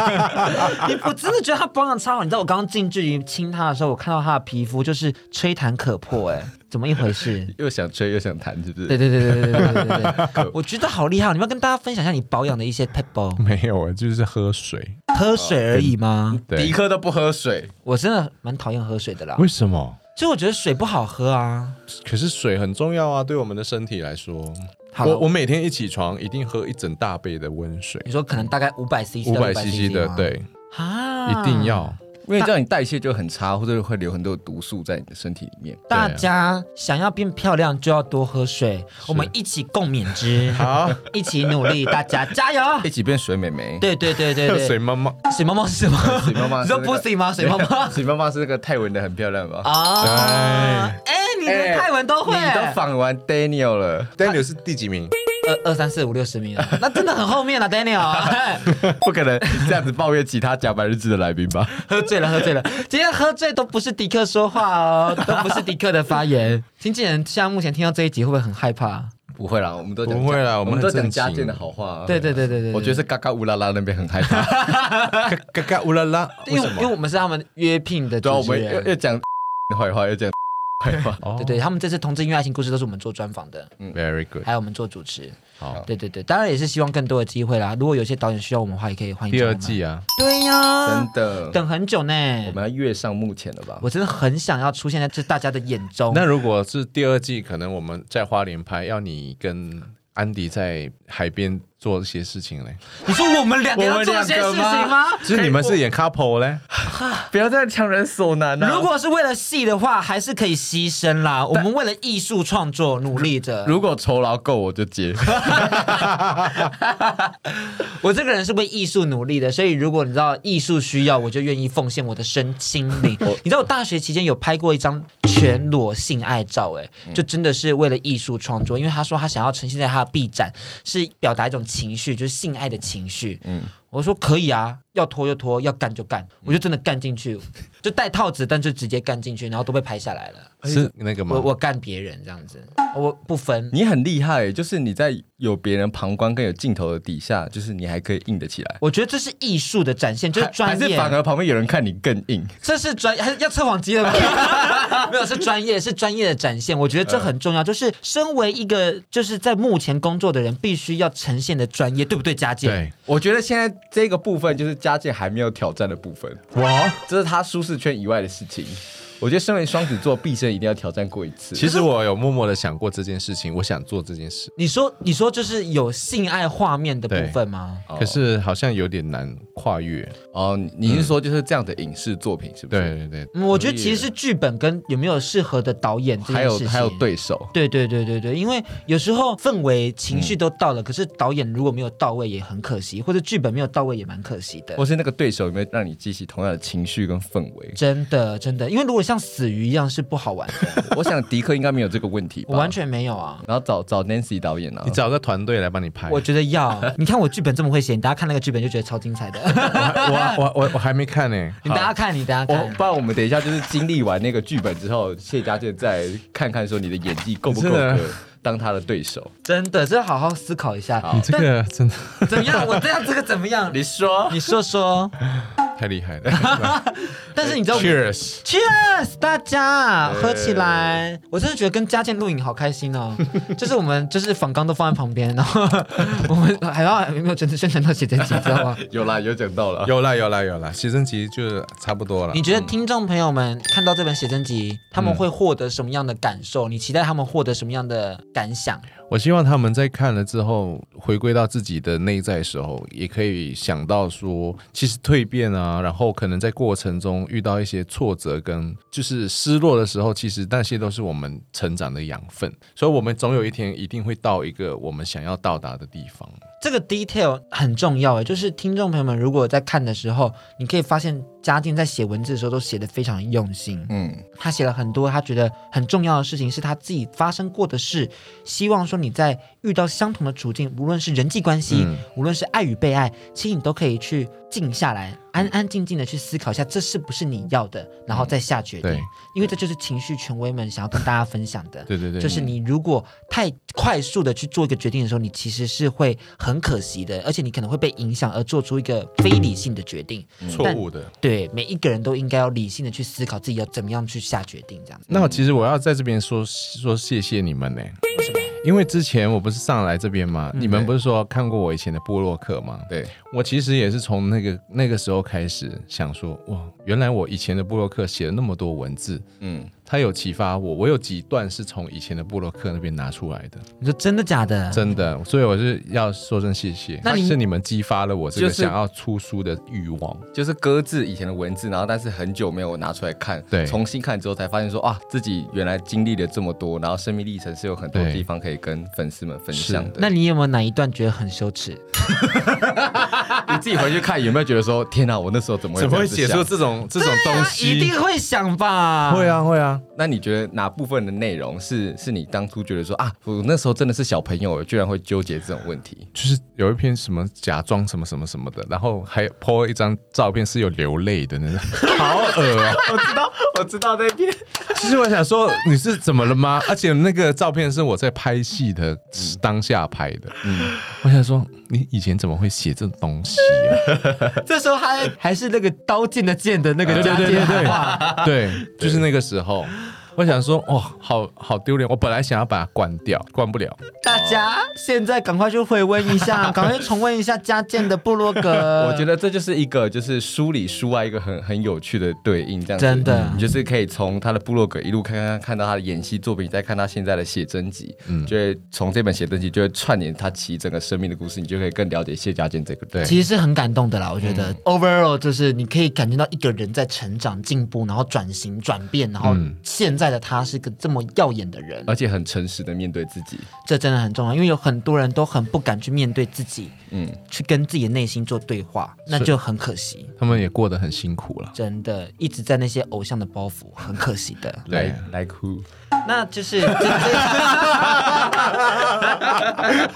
Speaker 2: 你我真的觉得他保养超好，你知道我刚刚近距离亲他的时候，我看到他的皮肤就是吹弹可破、哎，怎么一回事？
Speaker 3: [LAUGHS] 又想吹又想弹，是不是？
Speaker 2: 对对对对对对对
Speaker 3: [LAUGHS]
Speaker 2: 对对，我觉得好厉害！你们要跟大家分享一下你保养的一些 p e b l
Speaker 4: [LAUGHS] 没有啊，就是喝水。
Speaker 2: 喝水而已吗？
Speaker 4: 对
Speaker 3: 迪克都不喝水，
Speaker 2: 哦我真的蛮讨厌喝水的啦，
Speaker 4: 为什么？
Speaker 2: 所以我觉得水不好喝啊。
Speaker 4: 可是水很重要啊，对我们的身体来说。
Speaker 2: 好了
Speaker 4: 我我每天一起床一定喝一整大杯的温水，
Speaker 2: 你说可能大概五百 CC
Speaker 4: 五
Speaker 2: 到
Speaker 4: 百
Speaker 2: 600
Speaker 4: CC 的
Speaker 2: 吗，
Speaker 4: 对，
Speaker 2: 啊，
Speaker 4: 一定。要。
Speaker 3: 因为这样你代谢就很差，或者会留很多毒素在你的身体里面。
Speaker 4: 啊
Speaker 2: 大家想要变漂亮，就要多喝水，我们一起共勉之，
Speaker 4: 好，
Speaker 2: 一起努力，大家加
Speaker 4: [LAUGHS]
Speaker 2: 油！
Speaker 3: 一起变哎水美眉，
Speaker 2: 对对对对对，
Speaker 4: 水妈妈，
Speaker 2: 水猫猫是什么？
Speaker 3: 水妈妈
Speaker 2: 你
Speaker 3: 是
Speaker 2: 说
Speaker 3: 那个
Speaker 2: pussy 吗？水猫猫
Speaker 3: [LAUGHS]
Speaker 4: [LAUGHS]
Speaker 3: 水妈妈是那个泰文的，很漂亮吧？
Speaker 2: 啊
Speaker 4: 哎！
Speaker 2: 哎，你连泰文都会，
Speaker 3: 你都仿完 Daniel 了。
Speaker 4: Daniel 是第几
Speaker 2: [LAUGHS]
Speaker 4: 名？
Speaker 2: 二二三四五六十名啊了，那真的很后面了，Daniel。
Speaker 4: [LAUGHS]
Speaker 3: [LAUGHS] 不可能这样子抱怨其他假白日志的来宾吧？
Speaker 2: 喝醉了，喝醉了。 [LAUGHS] 今天喝醉都不是迪克说话哦，都不是迪克的发言。经纪人现在目前听到这一集会不会很害怕？
Speaker 3: [LAUGHS] 不会啦，我们都讲
Speaker 4: 不会啦
Speaker 3: 我
Speaker 4: 我们很
Speaker 3: 都讲
Speaker 4: 正经
Speaker 3: 家健的好话、啊。
Speaker 2: 对对对对对，
Speaker 3: 我觉得是嘎嘎乌拉拉那边很害怕。
Speaker 4: 嘎嘎嘎乌拉拉，
Speaker 2: 对，因为因为我们是他们约聘的
Speaker 3: 对啊，
Speaker 2: 主
Speaker 3: 我
Speaker 2: 持
Speaker 3: 们又
Speaker 2: 人，
Speaker 3: 又讲 [LAUGHS] 坏话，又讲 [LAUGHS] 坏话。
Speaker 4: 哦
Speaker 2: 对对，他们这次同志音乐爱情故事都是我们做专访的，
Speaker 4: ，Very good，
Speaker 2: 还有我们做主持。
Speaker 4: 好，
Speaker 2: 对对对，当然也是希望更多的机会啦。如果有些导演需要我们的话，也可以欢迎
Speaker 4: 第
Speaker 2: 找我
Speaker 4: 二
Speaker 2: 们。
Speaker 4: 季啊，
Speaker 2: 对呀、
Speaker 3: 真的，
Speaker 2: 等很久呢。
Speaker 3: 我们要跃上幕前了吧？
Speaker 2: 我真的很想要出现在这大家的眼中。
Speaker 4: 那如果是第二季，可能我们在花莲拍，要你跟安迪在海边做一些事情嘞。
Speaker 2: 你说我们两个
Speaker 3: 我
Speaker 2: 要
Speaker 3: 们
Speaker 2: 做
Speaker 3: 两
Speaker 2: 些
Speaker 3: 个
Speaker 2: 事情吗？
Speaker 4: 其实你们是演 couple 嘞，
Speaker 3: 不要再强人所难
Speaker 2: 如果是为了戏的话，还是可以牺牲啦。我们为了艺术创作努力着。
Speaker 3: [LAUGHS] 如果酬劳够，我就
Speaker 4: [LAUGHS]
Speaker 3: 接。
Speaker 2: 我这个人是为艺术努力的，所以如果你知道艺术需要，我就愿意奉献我的身心灵。你知道我大学期间有拍过一张全裸性爱照、哎，就真的是为了艺术创作，因为他说他想要呈现在他的 B 展，是表达一种情绪，就是性爱的情绪。嗯。我说可以啊，要拖就拖，要干就干，我就真的干进去，就戴套子，但就直接干进去，然后都被拍下来了。
Speaker 4: 是那个吗？
Speaker 2: 我我干别人这样子，我不分。
Speaker 3: 你很厉害，就是你在有别人旁观跟有镜头的底下，就是你还可以硬得起来。
Speaker 2: 我觉得这是艺术的展现，就是专
Speaker 3: 还是
Speaker 2: 业，
Speaker 3: 反而旁边有人看你更硬。
Speaker 2: 这是专还是要测谎机了吗？ [LAUGHS] 没有，是专业，是专业的展现。我觉
Speaker 3: 呃
Speaker 2: 得这很重要，就是身为一个就是在目前工作的人，必须要呈现的专业，对不对？佳健，
Speaker 4: 对，
Speaker 3: 我觉得现在这个部分就是嘉健还没有挑战的部分，
Speaker 4: 我
Speaker 3: 这是他舒适圈以外的事情。我觉得身为双子座，毕生一定要挑战过一次。
Speaker 4: 其实我有默默的想过这件事情，我想做这件事，
Speaker 2: 你说你说就是有性爱画面的部分吗？
Speaker 3: 哦
Speaker 4: 可是好像有点难跨越。
Speaker 3: 哦，你你是说就是这样的影视作品是不是？
Speaker 4: 对对对，
Speaker 2: 嗯，我觉得其实是剧本跟有没有适合的导演这
Speaker 3: 还
Speaker 2: 件事
Speaker 3: 有
Speaker 2: 情，
Speaker 3: 还有对手，
Speaker 2: 对对对对对，因为有时候氛围情绪都到了，可是导演如果没有到位也很可惜，或者剧本没有到位也蛮可惜的？
Speaker 3: 或。是那个对手有没有让你激起同样的情绪跟氛围
Speaker 4: [LAUGHS]
Speaker 2: 真的真的，因为如果像死鱼一样是不好玩的，
Speaker 3: 我想迪克应该没有这个问题吧？
Speaker 2: 我完。全没有啊。
Speaker 3: 然后找找 Nancy 导演啊
Speaker 4: 你，找个团队来帮你拍。
Speaker 2: 我觉得要，你看我剧本这么会写，你大家看那个剧本就觉得超精彩的。
Speaker 4: 我还 [LAUGHS] 我我我还没看呢、
Speaker 2: 你大家看，你大家
Speaker 3: 我
Speaker 2: 看
Speaker 3: 哦不。然我们等一下就是经历完那个剧本之后，谢家健再看看说你的演技够不够
Speaker 4: 真的
Speaker 3: 格当他的对手。
Speaker 2: 真的，这好好思考一下。
Speaker 3: 好
Speaker 4: 这个真的
Speaker 2: 怎么样？我这样这个怎么样？
Speaker 3: [LAUGHS] 你说
Speaker 2: 你说说。
Speaker 4: 太厉害了。
Speaker 2: 但是你知道我们
Speaker 4: Cheers，
Speaker 2: Cheers，大家
Speaker 3: 对
Speaker 2: 喝起来！我真的觉得跟嘉健录影好开心哦， [LAUGHS] 就是我们就是仿纲都放在旁边，然后我们还要有没有真的宣传到写真集，知道吗？
Speaker 3: 有啦，有讲到了。
Speaker 4: 有啦有啦有啦，写真集就差不多了
Speaker 2: 你。觉得听众朋友们看到这本写真集，他们会获得什么样的感受？你期待他们获得什么样的感想？
Speaker 4: 我希望他们在看了之后，回归到自己的内在的时候，也可以想到说，其实蜕变啊，然后可能在过程中遇到一些挫折跟就是失落的时候，其实那些都是我们成长的养分，所以我们总有一天一定会到一个我们想要到达的地方。
Speaker 2: 这个 detail 很重要诶，就是听众朋友们如果在看的时候，你可以发现嘉靖在写文字的时候都写的非常用心，
Speaker 3: 嗯，
Speaker 2: 他写了很多他觉得很重要的事情，是他自己发生过的事。希望说你在遇到相同的处境，无论是人际关
Speaker 4: 嗯
Speaker 2: 系，无论是爱与被爱，其实你都可以去静下来，
Speaker 4: 嗯
Speaker 2: 安安静静的去思考一下，这是不是你要的，然后再下决定。
Speaker 4: 对
Speaker 2: 因为这就是情绪权威们想要跟大家分享的。
Speaker 4: [LAUGHS] 对对对，
Speaker 2: 就是你如果太快速的去做一个决定的时候，你其实是会很可惜的，而且你可能会被影响而做出一个非理性的决定。
Speaker 4: 错误的。
Speaker 2: 对，每一个人都应该要理性的去思考自己要怎么样去下决定，这样子。
Speaker 4: 那其实我要在这边说说谢谢你们呢、因为之前我不是上来这边吗？你们不是说看过我以前的部落客吗？
Speaker 3: 对，
Speaker 4: 我其实也是从那个那个时候开始想说，哇，原来我以前的部落客写了那么多文字，
Speaker 3: 嗯，
Speaker 4: 它有启发我，我有几段是从以前的部落客那边拿出来的，
Speaker 2: 你说真的假的？
Speaker 4: 真的，所以我是要说声谢谢，
Speaker 2: 那你
Speaker 4: 是你们激发了我这个
Speaker 3: 就是
Speaker 4: 想要出书的欲望。
Speaker 3: 就是搁置以前的文字，然后但是很久没有拿出来看，
Speaker 4: 对
Speaker 3: 重新看之后才发现说啊，自己原来经历了这么多，然后生命历程是有很多
Speaker 4: 对
Speaker 3: 地方可以跟粉丝们分享的。
Speaker 2: 那你有没有哪一段觉得很羞耻？
Speaker 3: [LAUGHS] 你自己回去看有没有觉得说，天哪、我那时候怎么会
Speaker 4: 怎么会
Speaker 3: 这样
Speaker 4: 写
Speaker 3: 子想
Speaker 4: 出这种这种东西？
Speaker 2: 啊一定会想吧？
Speaker 4: 会。啊会啊，
Speaker 3: [LAUGHS] 那你觉得哪部分的内容是是你当初觉得说啊，我那时候真的是小朋友，居然会纠结这种问题？
Speaker 4: 就是有一篇什么假装什么什么什么的，然后还 po 一张照片是有流泪的那种，好恶啊！
Speaker 3: 我知道，我知道那边
Speaker 4: 其实我想说你是怎么了 [LAUGHS] 吗？而且那个照片是我在拍戏的当下拍的，嗯，我想说你以前怎么会写这种东西啊？
Speaker 2: 这时候还 [LAUGHS] 还是那个刀剑的剑的那个加
Speaker 4: [LAUGHS] 对
Speaker 2: 剑，
Speaker 4: 对， [LAUGHS] 对，就是那个时候。我想说，哇、好好丢脸！我本来想要把它关掉，关不了。
Speaker 2: 大家现在赶快去回温一
Speaker 4: [LAUGHS]
Speaker 2: 下，赶快去重温一下加剑的部落格。
Speaker 3: 我觉得这就是一个就是书里书啊外一个很很有趣的对应，这样子嗯
Speaker 2: 真的
Speaker 3: 你就是可以从他的部落格一路看看看到他的演戏作品，再看他现在的写真集，就会从这本写真集就会串联他其实整个生命的故事，你就可以更了解谢家健这个对
Speaker 2: 其实是很感动的啦，我觉
Speaker 4: 嗯
Speaker 2: 得、overall 就是你可以感觉到一个人在成长、进步，然后转型、转变，然后
Speaker 4: 嗯
Speaker 2: 现在的他是个这么耀眼的人，
Speaker 3: 而且很诚实的面对自己，
Speaker 2: 这真的很重要，因为有很多人都很不敢去面对自己，
Speaker 3: 嗯，。
Speaker 2: 去跟自己的内心做对话，那就很可惜。
Speaker 4: 他们也过得很辛苦了。
Speaker 2: 真的一直在那些偶像的包袱，很可惜的
Speaker 3: [LAUGHS] 来来哭，
Speaker 2: 那就是这这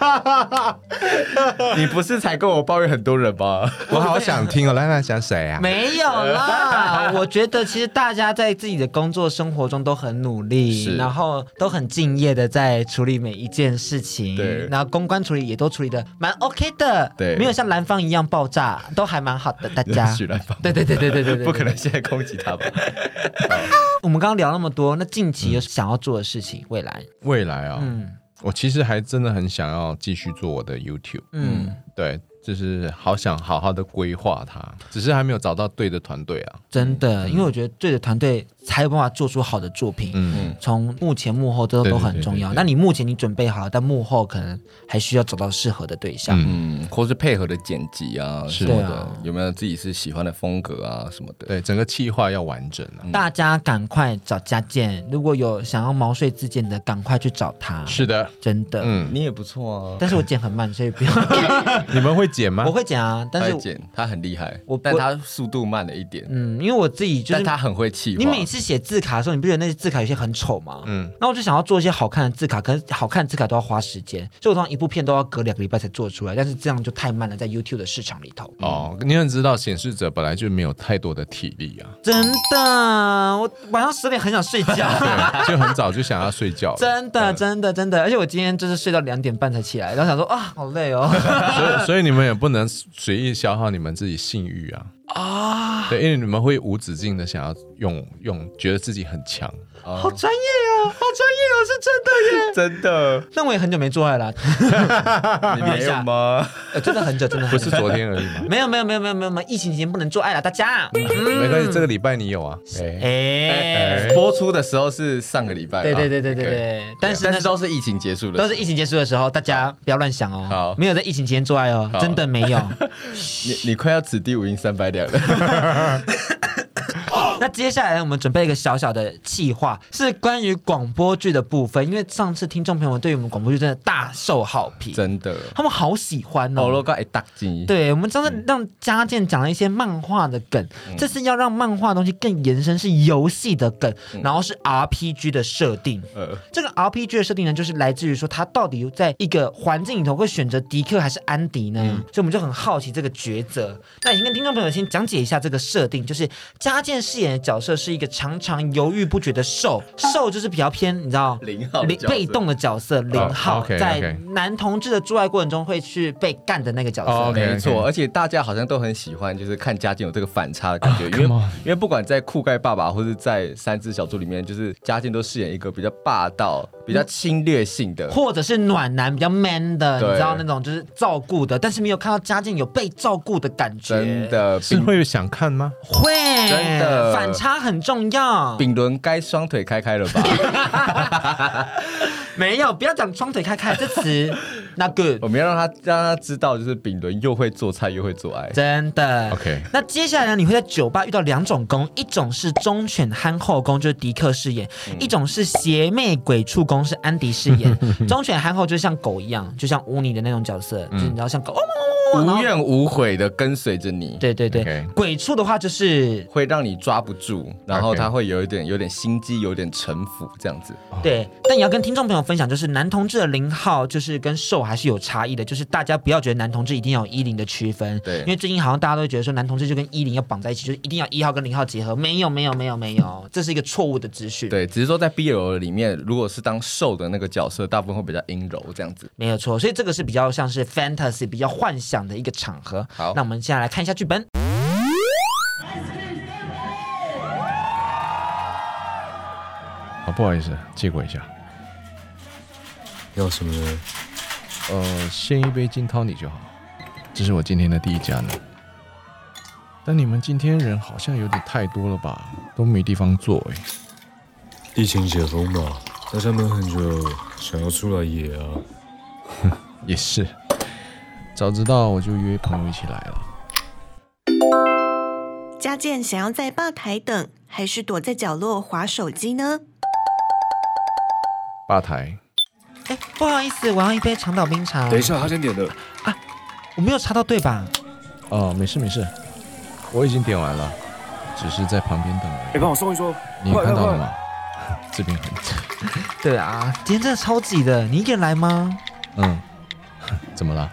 Speaker 3: 你不是才跟我抱怨很多人
Speaker 2: [LAUGHS]
Speaker 3: 吗？
Speaker 4: 我好想听哦，来来讲谁啊？
Speaker 2: 没有啦。我觉得其实大家在自己的工作生活中都很努力，
Speaker 3: 是
Speaker 2: 然后都很敬业的在处理每一件事情，
Speaker 3: 对
Speaker 2: 然后公关处理也都处理的蛮 OK 的，
Speaker 3: 对
Speaker 2: 没有像蓝方一样爆炸，都还蛮好的。大
Speaker 3: [LAUGHS]
Speaker 2: 家，
Speaker 3: 许来访，
Speaker 2: 对对对对对对对，
Speaker 3: 不可能现在攻击他吧？
Speaker 2: 我们刚刚聊那么多，那近
Speaker 3: 嗯
Speaker 2: 期有想要做的事情，未来，
Speaker 4: 未来啊、
Speaker 2: 嗯
Speaker 4: 我其实还真的很想要继续做我的 YouTube，
Speaker 2: 嗯，
Speaker 4: 对，就是好想好好的规划它，只是还没有找到对的团队啊。
Speaker 2: 真的，因为我觉得对的团队才有办法做出好的作品。
Speaker 4: 嗯，
Speaker 2: 从幕前幕后这都
Speaker 4: 对对
Speaker 2: 都
Speaker 4: 对
Speaker 2: 很重要。
Speaker 4: 对对
Speaker 2: 那你幕前你准备好了，但幕后可能还需要找到适合的对象。
Speaker 4: 嗯
Speaker 3: 嗯，或是配合的剪辑啊
Speaker 4: 是
Speaker 3: 什么
Speaker 2: 对
Speaker 3: 的
Speaker 2: 啊，
Speaker 3: 有没有自己是喜欢的风格啊什么的？
Speaker 4: 对，整个企划要完整啊。
Speaker 2: 大家赶快找家健，如果有想要毛遂自荐的，赶快去找他。
Speaker 4: 是的，
Speaker 2: 真的，
Speaker 4: 嗯，
Speaker 3: 你也不错啊，
Speaker 2: 但是我剪很慢，所以
Speaker 4: [LAUGHS]
Speaker 2: 不要。
Speaker 4: 你们会剪吗？
Speaker 2: [LAUGHS] 我会剪啊，
Speaker 3: 他
Speaker 2: 但
Speaker 3: 会
Speaker 2: 是
Speaker 3: 剪他很厉害
Speaker 2: 我，
Speaker 3: 但他速度慢了一点，
Speaker 2: 嗯，因为我自己就
Speaker 3: 但
Speaker 2: 是
Speaker 3: 他很会气
Speaker 2: 你
Speaker 3: 话。
Speaker 2: 每次写字卡的时候，你不觉得那些字卡有些很丑吗？嗯
Speaker 4: 嗯，
Speaker 2: 那我就想要做一些好看的字卡，可是好看的字卡都要花时间，所以我通常一部片都要隔两个礼拜才做出来，但是这样就太慢了，在 YouTube 的市场里头。
Speaker 4: 哦，你很知道显示者本来就没有太多的体力
Speaker 2: [LAUGHS]
Speaker 4: 啊，
Speaker 2: 真的，我晚上十点很想睡觉。
Speaker 4: [LAUGHS] 对，就很早就想要睡觉了。
Speaker 2: 真的，真的，真的，而且我今天就是睡到两点半才起来，然后想说啊，好累哦。
Speaker 4: 所以所以你们也不能随意消耗你们自己性欲啊。啊，对，因为你们会无止境的想要用用，觉得自己很强。
Speaker 2: [LAUGHS] 好专业啊，好专业哦，是真的耶。
Speaker 3: 真的，
Speaker 2: 那我也很久没做爱了，
Speaker 3: 你没有吗？
Speaker 2: 呃真的很久，真的很
Speaker 4: [LAUGHS] 不
Speaker 2: 久
Speaker 4: 是昨天而已吗？
Speaker 2: 没有没有没有没有没有没有，疫情期间不能做爱了，大家。
Speaker 4: 没关系，这个礼拜你有啊。
Speaker 3: 哎
Speaker 2: 哎，
Speaker 3: [LAUGHS] 播出的时候是上个礼拜吧，
Speaker 2: 对对对对对
Speaker 3: OK，
Speaker 2: 对，但是
Speaker 3: 但
Speaker 2: 那
Speaker 3: 是
Speaker 2: 时候
Speaker 3: 都是疫情结束的，
Speaker 2: 都是疫情结束的时候，大家不要乱想哦
Speaker 3: 好，
Speaker 2: 没有在疫情期间做爱哦，
Speaker 3: 好
Speaker 2: 真的没
Speaker 3: [LAUGHS]
Speaker 2: 有。
Speaker 3: 你你快要此地无银三百两了。
Speaker 2: [LAUGHS] 那接下来我们准备一个小小的计划，是关于广播剧的部分，因为上次听众朋友们对于我们广播剧真的大受好评，
Speaker 3: 真的，
Speaker 2: 他们 [LAUGHS] 好喜欢
Speaker 3: 欧罗
Speaker 2: 哦。
Speaker 3: 嘎一大金，
Speaker 2: 对，我们上
Speaker 3: 嗯
Speaker 2: 次让嘉健讲了一些漫画的梗，这次要让漫画的东西更延伸，是游戏的梗，
Speaker 3: 嗯
Speaker 2: 然后是 RPG 的设定。
Speaker 3: 呃，
Speaker 2: 这个 RPG 的设定呢，就是来自于说他到底在一个环境里头会选择迪克还是安迪呢？
Speaker 3: 嗯
Speaker 2: 所以我们就很好奇这个抉择。那已经跟听众朋友先讲解一下这个设定，就是嘉健饰演的角色是一个常常犹豫不决的兽，兽就是比较偏你知道
Speaker 3: 零号的角色哦
Speaker 2: 被动的角色，零号、
Speaker 4: OK，OK
Speaker 2: 在男同志的做爱过程中会去被干的那个角色。
Speaker 4: 哦 OK，OK
Speaker 3: 没错，而且大家好像都很喜欢，就是看家境有这个反差的 [LAUGHS] 感觉，因为
Speaker 4: come on
Speaker 3: 因为不管在酷盖爸爸或是在三只小猪里面，就是家境都饰演一个比较霸道、比较侵略性的，
Speaker 2: 或者是暖男比较 man 的，
Speaker 3: 对
Speaker 2: 你知道那种就是照顾的，但是没有看到嘉健有被照顾的感觉，
Speaker 3: 真的
Speaker 4: 是
Speaker 3: 丙
Speaker 4: 会想看吗？
Speaker 2: 会，
Speaker 3: 真的
Speaker 2: 反差很重要。
Speaker 3: 丙伦该双腿开开了吧？
Speaker 2: 没有，不要讲双腿开开这
Speaker 3: [LAUGHS]
Speaker 2: 词，not good，
Speaker 3: 我们要让他让他知道，就是丙伦又会做菜又会做爱。
Speaker 2: 真的。
Speaker 4: OK
Speaker 2: 那接下来呢？你会在酒吧遇到两种宫，一种是忠犬憨厚宫，就是迪克饰演；
Speaker 3: 嗯
Speaker 2: 一种是邪魅鬼畜宫，是安迪饰演。
Speaker 3: [LAUGHS]
Speaker 2: 忠犬憨厚就是像狗一样，就像乌尼的那种角色，就
Speaker 3: 嗯
Speaker 2: 是你知道像狗，哦汪汪汪汪汪然
Speaker 3: 无
Speaker 2: 后
Speaker 3: 怨无悔的跟随着你，
Speaker 2: 对对对
Speaker 4: OK
Speaker 2: 鬼畜的话就是
Speaker 3: 会让你抓不住，然后
Speaker 4: OK
Speaker 3: 他会有一点有点心机，有点城府这样子。
Speaker 2: 对，但也要跟听众朋友分享，就是男同志的零号就是跟瘦还是有差异的，就是大家不要觉得男同志一定要有一零的区分，
Speaker 3: 对
Speaker 2: 因为最近好像大家都会觉得说男同志就跟一零要绑在一起，就是一定要一号跟零号结合，没有没有没有没有，这是一个错误的资讯，，
Speaker 3: 对，只是说在 BL 里面，如果是当受的那个角色，大部分会比较阴柔这样子。
Speaker 2: 没有错，所以这个是比较像是 fantasy 比较幻想的一个场合。
Speaker 3: 好
Speaker 2: 那我们接下来看一下剧本。
Speaker 4: 好，不好意思，借过一下。
Speaker 5: 要什么呢？
Speaker 4: 呃，先一杯金汤你就好。这是我今天的第一家呢。但你们今天人好像有点太多了吧？都没地方坐哎、
Speaker 5: 疫情解封嘛，大家闷很久，想要出来野啊。
Speaker 4: 也是，早知道我就约朋友一起来了。
Speaker 6: 家健想要在吧台等，还是躲在角落划手机呢？
Speaker 4: 吧台，
Speaker 2: 哎，不好意思，我要一杯长岛冰茶。
Speaker 5: 等一，下，他先点的。
Speaker 2: 我没有查到对吧？
Speaker 4: 哦，没事没事，我已经点完了，只是在旁边等而
Speaker 5: 哎、
Speaker 4: 已。
Speaker 5: 帮我送一送。
Speaker 4: 你有
Speaker 5: 快
Speaker 4: 看到了？
Speaker 5: 快
Speaker 4: 吗
Speaker 5: 快？
Speaker 4: [LAUGHS] 这边很挤。
Speaker 2: 对啊，今天真的超级的，你一个人来吗？
Speaker 4: 嗯， [LAUGHS] 怎么了？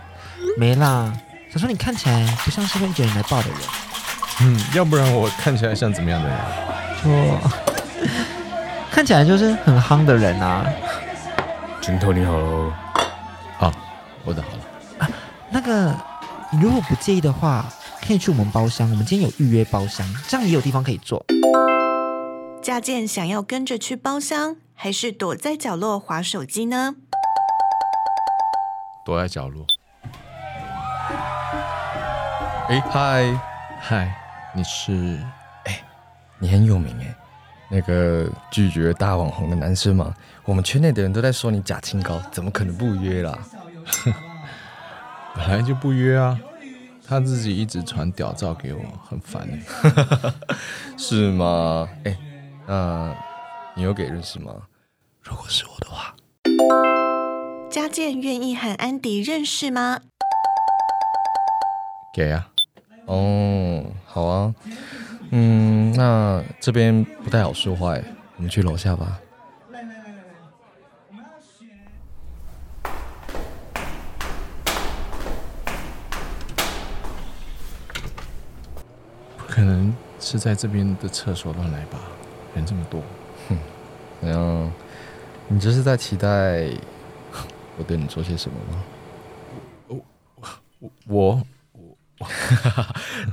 Speaker 2: 没啦，想说你看起来不像是会一个人来抱的人。
Speaker 4: 嗯，要不然我看起来像怎么样的人？
Speaker 2: 我看起来就是很夯的人啊。
Speaker 5: 拳头你好喽。
Speaker 4: 啊，我的好了。
Speaker 2: 那个，你如果不介意的话，可以去我们包厢，我们今天有预约包厢，这样也有地方可以坐。
Speaker 6: 家健想要跟着去包厢，还是躲在角落划手机呢？
Speaker 4: 躲在角落。
Speaker 3: 哎、嗨，
Speaker 4: 嗨，你是
Speaker 3: 哎你很有名哎，那个拒绝大网红的男生嘛，我们圈内的人都在说你假清高，怎么可能不约啦？
Speaker 4: [LAUGHS] 本来就不约啊，他自己一直传屌照给我，很烦哎、
Speaker 3: [LAUGHS] 是吗？哎、那你有给认识吗？如果是我的话，
Speaker 6: 家健愿意和安迪认识吗？
Speaker 4: 给啊，
Speaker 3: 哦，好啊，嗯，那这边不太好说话哎，我们去楼下吧。
Speaker 4: 不可能是在这边的厕所乱来吧？人这么多，
Speaker 3: 怎样？你这是在期待我对你做些什么吗？
Speaker 4: 我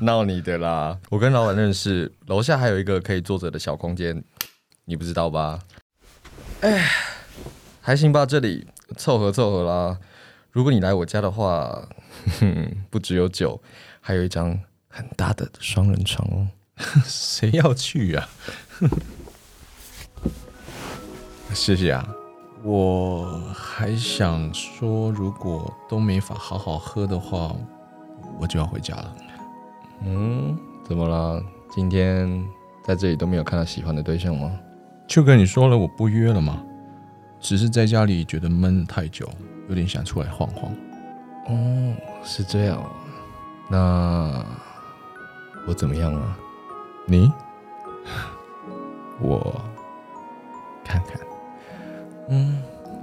Speaker 3: 闹你的啦！我跟老板认识，楼下还有一个可以坐着的小空间，你不知道吧？哎，还行吧，这里凑合凑合啦。如果你来我家的话， [LAUGHS] 哼，不只有酒，还有一张很大的双人床哦。
Speaker 4: [LAUGHS] 谁要去啊？ [LAUGHS] 谢谢啊。我还想说，如果都没法好好喝的话，我就要回家了。
Speaker 3: 嗯，怎么啦？今天在这里都没有看到喜欢的对象吗？
Speaker 4: 就跟你说了，我不约了嘛，只是在家里觉得闷太久，有点想出来晃晃。
Speaker 3: 哦，是这样哦。那我怎么样啊？
Speaker 4: 你， [LAUGHS] 我看看，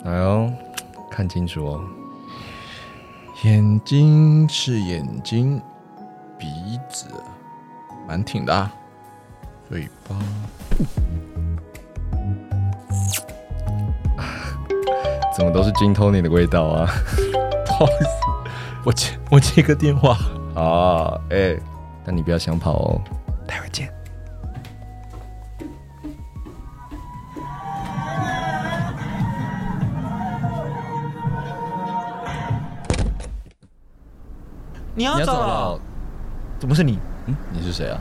Speaker 3: 来哦，看清楚哦。
Speaker 4: 眼睛是眼睛，鼻子蛮挺的、啊，嘴巴
Speaker 3: 怎么都是金 Tony 的味道啊！ [LAUGHS]
Speaker 4: 我接我接个电话，
Speaker 3: 啊，哎、但你不要想跑哦，待会儿见。
Speaker 2: 你要
Speaker 3: 你要
Speaker 2: 走
Speaker 3: 走
Speaker 2: 了
Speaker 3: 了？？
Speaker 2: 怎么是你？
Speaker 3: 嗯，你是谁啊？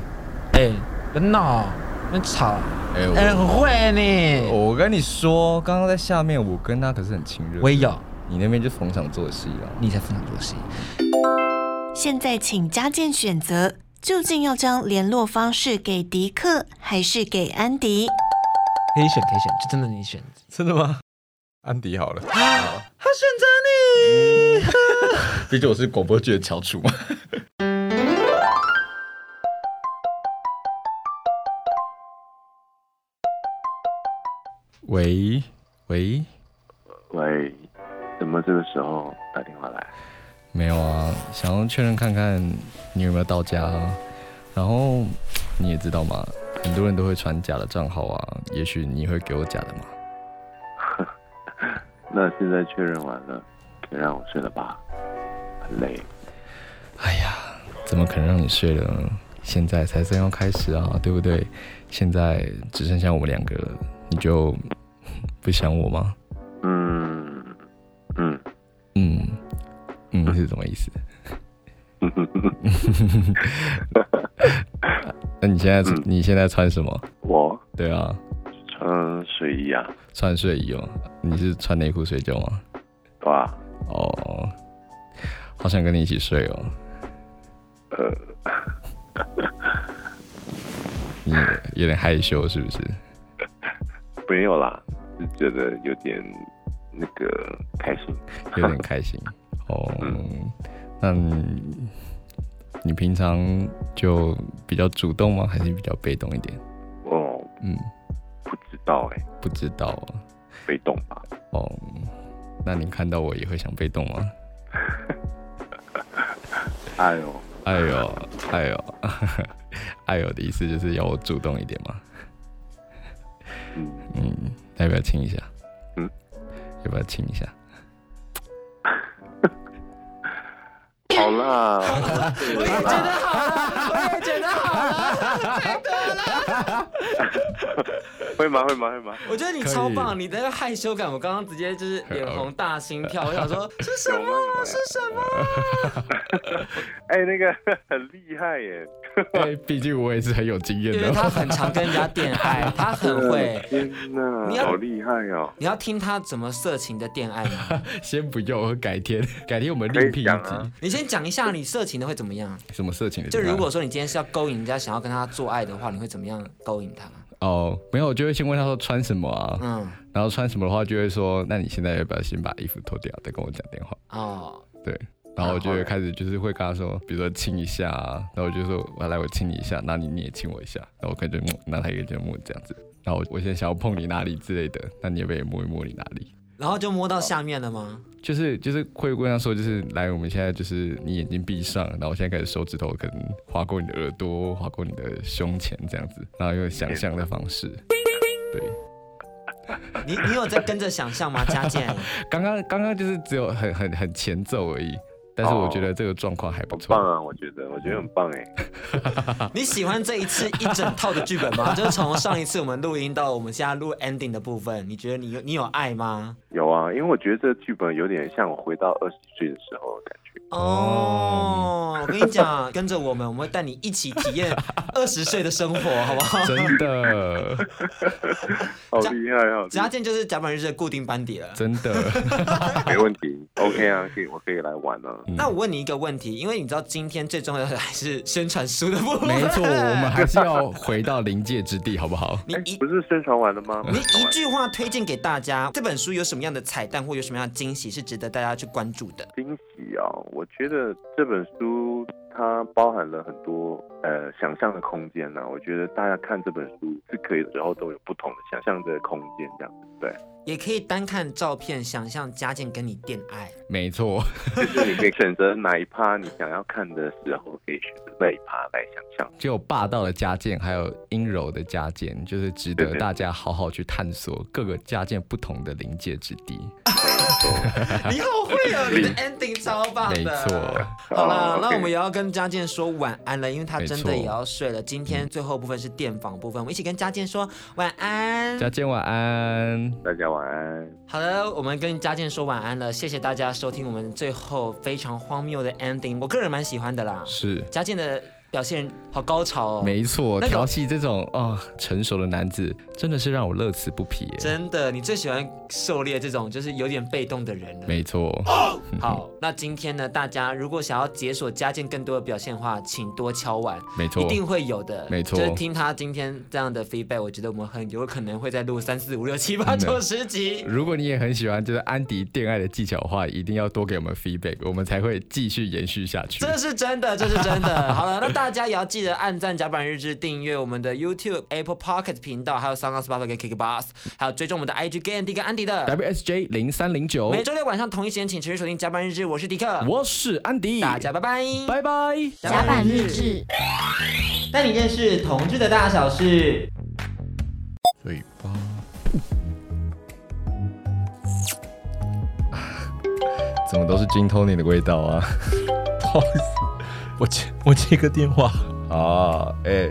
Speaker 2: 哎，别闹，别吵，
Speaker 3: 哎、
Speaker 2: 哎，很会
Speaker 3: 我
Speaker 2: 你。
Speaker 3: 我跟你说，刚刚在下面，我跟他可是很亲热。
Speaker 2: 我也有，
Speaker 3: 你那边就逢场作戏啊了。
Speaker 2: 你才非常多戏。
Speaker 6: 现在请家健选择，究竟要将联络方式给迪克还是给安迪？
Speaker 2: 可以选，可以选，就真的你选。
Speaker 4: 真的吗？安迪好了，
Speaker 2: 他选择你。
Speaker 3: 毕竟我是广播剧的翘楚嘛。 [LAUGHS] 喂喂，
Speaker 7: 喂，怎么这个时候打电话来？
Speaker 3: 没有啊，想要确认看看你有没有到家、啊。然后你也知道嘛，很多人都会传假的账号啊，也许你会给我假的嘛。
Speaker 7: 那现在确认完了，可以让我睡了吧？很累，
Speaker 3: 哎呀，怎么可能让你睡了呢？现在才正要开始啊，对不对？现在只剩下我们两个了，你就 [LAUGHS] 不想我吗？
Speaker 7: 嗯嗯，
Speaker 3: 嗯，嗯是什么意思？那你现在
Speaker 7: 嗯
Speaker 3: 你现在穿什么？
Speaker 7: 我
Speaker 3: 对啊，
Speaker 7: 穿睡衣啊，
Speaker 3: 穿睡衣哦。你是穿内裤睡觉吗？
Speaker 7: 对吧？
Speaker 3: 哦，好想跟你一起睡哦。呃，你有点害羞是不是？
Speaker 7: 没有啦，就觉得有点那个开心。
Speaker 3: 有点开心哦。那你你平常就比较主动吗？还是比较被动一点？
Speaker 7: 哦，
Speaker 3: 嗯，
Speaker 7: 不知道哎、
Speaker 3: 不知道啊。
Speaker 7: 被动吧？
Speaker 3: 哦，那你看到我也会想被动吗？
Speaker 7: 哎呦，
Speaker 3: 哎呦，哎呦， [LAUGHS] 哎呦的意思就是要我主动一点嘛。
Speaker 7: 嗯，
Speaker 3: 嗯，要不要亲一下？
Speaker 7: 嗯，
Speaker 3: 要不要亲一
Speaker 7: [LAUGHS]
Speaker 3: 下？
Speaker 7: 好啦，我也觉得好啦，我也觉得好啦，太多了。 [LAUGHS] 会吗？会吗？会吗？
Speaker 8: [LAUGHS] 我觉得你超棒，你的那个害羞感，我刚刚直接就是脸红大心跳，我想说是什
Speaker 7: 有吗？
Speaker 8: 么？
Speaker 7: 有吗
Speaker 8: 是什么？
Speaker 7: 哎、那个很厉害耶！
Speaker 3: 对，哎毕竟我也是很有经验
Speaker 8: 因为
Speaker 3: 的。
Speaker 8: 他很常跟人家恋爱，他很会。
Speaker 7: 天
Speaker 8: 你
Speaker 7: 哪，
Speaker 8: 要
Speaker 7: 好厉害哦！
Speaker 8: 你要听他怎么色情的恋爱吗？
Speaker 3: 先不用，改天， [LAUGHS] 改天我们
Speaker 7: 可以
Speaker 3: 另辟一
Speaker 7: 讲
Speaker 3: 集。
Speaker 7: 啊
Speaker 8: 你先讲一下你色情的会怎么样？
Speaker 3: 什么色情的地
Speaker 8: 就
Speaker 3: 方？
Speaker 8: 如果说你今天是要勾引人家，想要跟他做爱的话，你会怎么样勾引他？
Speaker 3: 哦，没有，我就会先问他说穿什么啊，
Speaker 8: 嗯，
Speaker 3: 然后穿什么的话，就会说，那你现在要不要先把衣服脱掉，再跟我讲电话？
Speaker 8: 哦，
Speaker 3: 对，然后我就会开始就是会跟他说，比如说亲一下啊，然后我就说我来我亲你一下，那你你也亲我一下，然后我可能就摸，那他也就摸这样子，然后我我现在想要碰你哪里之类的，那你也不要摸一摸你哪里？
Speaker 8: 然后就摸到下面了吗？
Speaker 3: 就是就是会跟他说，就是来，我们现在就是你眼睛闭上，然后我现在开始手指头可能划过你的耳朵，划过你的胸前这样子，然后用想象的方式。对，
Speaker 8: 你你有在跟着想象吗？佳健，
Speaker 3: 刚刚刚刚就是只有很很很前奏而已，但是我觉得这个状况还不
Speaker 7: 好
Speaker 3: 错。
Speaker 7: 棒啊！我觉得，我觉得很棒哎。
Speaker 8: 你喜欢这一次一整套的剧本吗？就是从上一次我们录音到我们现在录 ending 的部分，你觉得你有你有爱吗？
Speaker 7: 有啊，因为我觉得这个剧本有点像我回到二十岁的时候的感觉。
Speaker 8: 哦，我跟你讲，跟着我们，我们会带你一起体验
Speaker 3: [LAUGHS]
Speaker 8: 二十岁的生活，好不好？
Speaker 3: 真的，
Speaker 7: 好
Speaker 8: 加
Speaker 7: 厉害啊！
Speaker 8: 佳健就是甲板日志的固定班底了。
Speaker 3: 真的，
Speaker 7: 没问题，OK 啊，可以，我可以来玩啊。
Speaker 8: 那我问你一个问题，因为你知道今天最重要的还是宣传书的部分，
Speaker 3: 没错，我们还是要回到临界之地，好不好？
Speaker 8: [LAUGHS]
Speaker 3: [LAUGHS]
Speaker 8: 你一
Speaker 7: 哎不是宣传完了吗？
Speaker 8: 你一句话推荐给大家，这本书有什么样的彩蛋或有什么样的惊喜是值得大家去关注的？
Speaker 7: 惊喜啊、我觉得这本书它包含了很多呃想象的空间呐、我觉得大家看这本书是可以的时候都有不同的想象的空间，这样对。
Speaker 8: 也可以单看照片，想象佳健跟你恋
Speaker 3: [LAUGHS]
Speaker 8: 爱。
Speaker 3: 没错，
Speaker 7: 就是你可以选择哪一趴你想要看的时候，可以选择那一趴来想象。
Speaker 3: 就有霸道的家剑，还有阴柔的家剑，就是值得大家好好去探索各个家剑不同的临界之地。
Speaker 8: 你好会哦，你的 ending 超棒的。
Speaker 3: 没错。
Speaker 8: 好啦
Speaker 7: 哦，
Speaker 8: 那
Speaker 7: OK
Speaker 8: 我们也要跟佳健说晚安了，因为他真的
Speaker 3: 没错
Speaker 8: 也要睡了。今天最后部分是电访部分，我们一起跟佳健说晚安。
Speaker 3: 家健晚安。
Speaker 7: 大家晚安。
Speaker 8: 好的，我们跟佳健说晚安了，谢谢大家收听我们最后非常荒谬的 ending，我个人蛮喜欢的啦。
Speaker 3: 是，
Speaker 8: 佳健的表现好高潮哦，
Speaker 3: 没错，
Speaker 8: 那个
Speaker 3: 调戏这种哦成熟的男子，真的是让我乐此不疲耶。
Speaker 8: 真的，你最喜欢狩猎这种就是有点被动的人了。
Speaker 3: 没错，
Speaker 8: 好，那今天呢，大家如果想要解锁佳健更多的表现的话，请多敲碗，
Speaker 3: 没错
Speaker 8: 一定会有的。
Speaker 3: 没错
Speaker 8: 就是听他今天这样的 feedback，我觉得我们很有可能会再录三四五六七
Speaker 3: 嗯
Speaker 8: 八九十集。
Speaker 3: 如果你也很喜欢就是安迪恋爱的技巧的话，一定要多给我们 feedback，我们才会继续延续下去。
Speaker 8: 这是真的，这是真
Speaker 3: [LAUGHS]
Speaker 8: 的。好了，那大家也要记得按赞甲板日志，订阅我们的 YouTube、Apple Pocket 频道，还有 s o u n d c l o u d Spotify 跟 KKBox，还有追踪我们的 IG g a n d 跟安迪的。
Speaker 3: WSJ 零三零九
Speaker 8: 每，周六晚上同一时间，请持续锁定甲板日志，我是迪克，
Speaker 3: 我是安迪，
Speaker 8: 大家拜拜，
Speaker 3: 拜拜。
Speaker 1: 甲板日志。
Speaker 8: 带你认识同志的大小事。
Speaker 4: 嘴巴。
Speaker 3: 怎么都是金 Tony 的味道
Speaker 8: [LAUGHS]
Speaker 3: 啊？
Speaker 4: 不好意思，我接我接个电话。
Speaker 3: 啊，哎、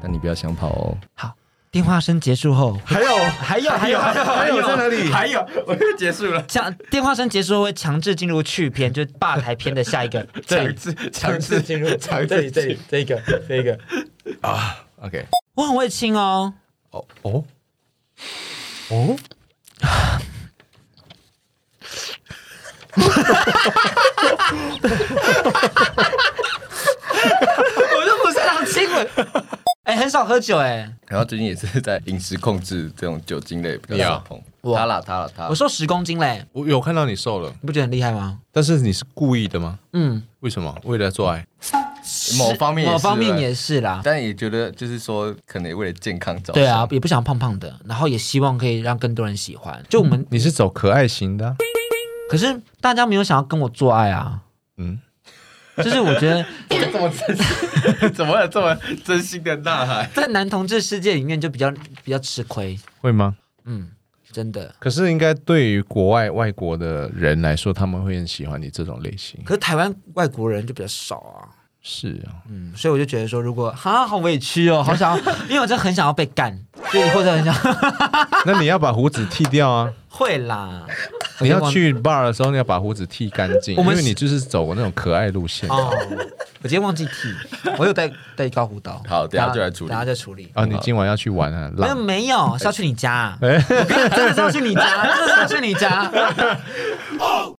Speaker 3: 但你不要想跑哦。
Speaker 8: 电话声结束后，还有还有还有还有还
Speaker 2: 哎
Speaker 8: 有哎在哪里？还有
Speaker 2: 我又结束了，
Speaker 8: 像电话声结束后会强制进入去篇，就是吧台篇的下一个
Speaker 2: 强制强制进入，强制进入。啊
Speaker 8: 这个这个。
Speaker 4: OK，
Speaker 8: 我很会亲哦，
Speaker 4: 哦哦哦，
Speaker 8: 我就不擅长亲吻。
Speaker 2: [LAUGHS]
Speaker 8: 哎、很少喝酒哎、
Speaker 2: 然后最近也是在饮食控制这种酒精类比较少碰。
Speaker 8: 啊
Speaker 2: 他啦他啦他
Speaker 8: 我
Speaker 2: 啦，
Speaker 8: 瘦十公斤嘞、
Speaker 4: [LAUGHS] 我有看到你瘦了，
Speaker 8: 你不觉得很厉害吗？
Speaker 4: 但是你是故意的吗？
Speaker 8: 嗯，
Speaker 4: 为什么？为了做爱？
Speaker 2: 某方面也
Speaker 8: 某
Speaker 2: 是
Speaker 8: 方面
Speaker 2: 对
Speaker 8: 也是啦。
Speaker 2: 但也觉得就是说，可能也为了健康着想。
Speaker 8: 对啊，也不想胖胖的，然后也希望可以让更多人喜欢。就我们，
Speaker 3: 嗯
Speaker 4: 你是走可爱型的啊、
Speaker 8: 可是大家没有想要跟我做
Speaker 3: [LAUGHS]
Speaker 8: 爱啊，
Speaker 4: [LAUGHS] 嗯，
Speaker 8: 就是我觉得
Speaker 2: 怎么真心？怎么有这么真心的呐喊？
Speaker 8: 在男同志世界里面就比较比较吃亏，
Speaker 4: 会吗？
Speaker 8: 嗯，真的。
Speaker 4: 可是应该对于国外外国的人来说，他们会很喜欢你这种类型。
Speaker 8: 可是台湾外国人就比较少啊，
Speaker 4: 是啊，
Speaker 2: 嗯，所以我就觉得说，如果哈，好委屈哦，好想要，
Speaker 3: [LAUGHS]
Speaker 2: 因为我真的很想要被干，就或者很想
Speaker 8: [LAUGHS]
Speaker 4: 那你要把胡子剃掉啊！
Speaker 2: 会啦，
Speaker 4: 你要去 bar 的时候，你要把胡子剃干净，
Speaker 2: 我
Speaker 4: 因
Speaker 2: 们
Speaker 4: 为你就是走那种可爱路线啊
Speaker 2: 哦。我今天忘记剃，我有带带高胡刀，
Speaker 3: 好等下就来处理
Speaker 2: 等下再处理。
Speaker 4: 啊！你今晚要去玩啊？
Speaker 2: 没有
Speaker 4: 浪
Speaker 2: 没
Speaker 3: 哎 [LAUGHS]
Speaker 2: 有，是要去你家，我跟你真的是要去你家，真的是要去你家。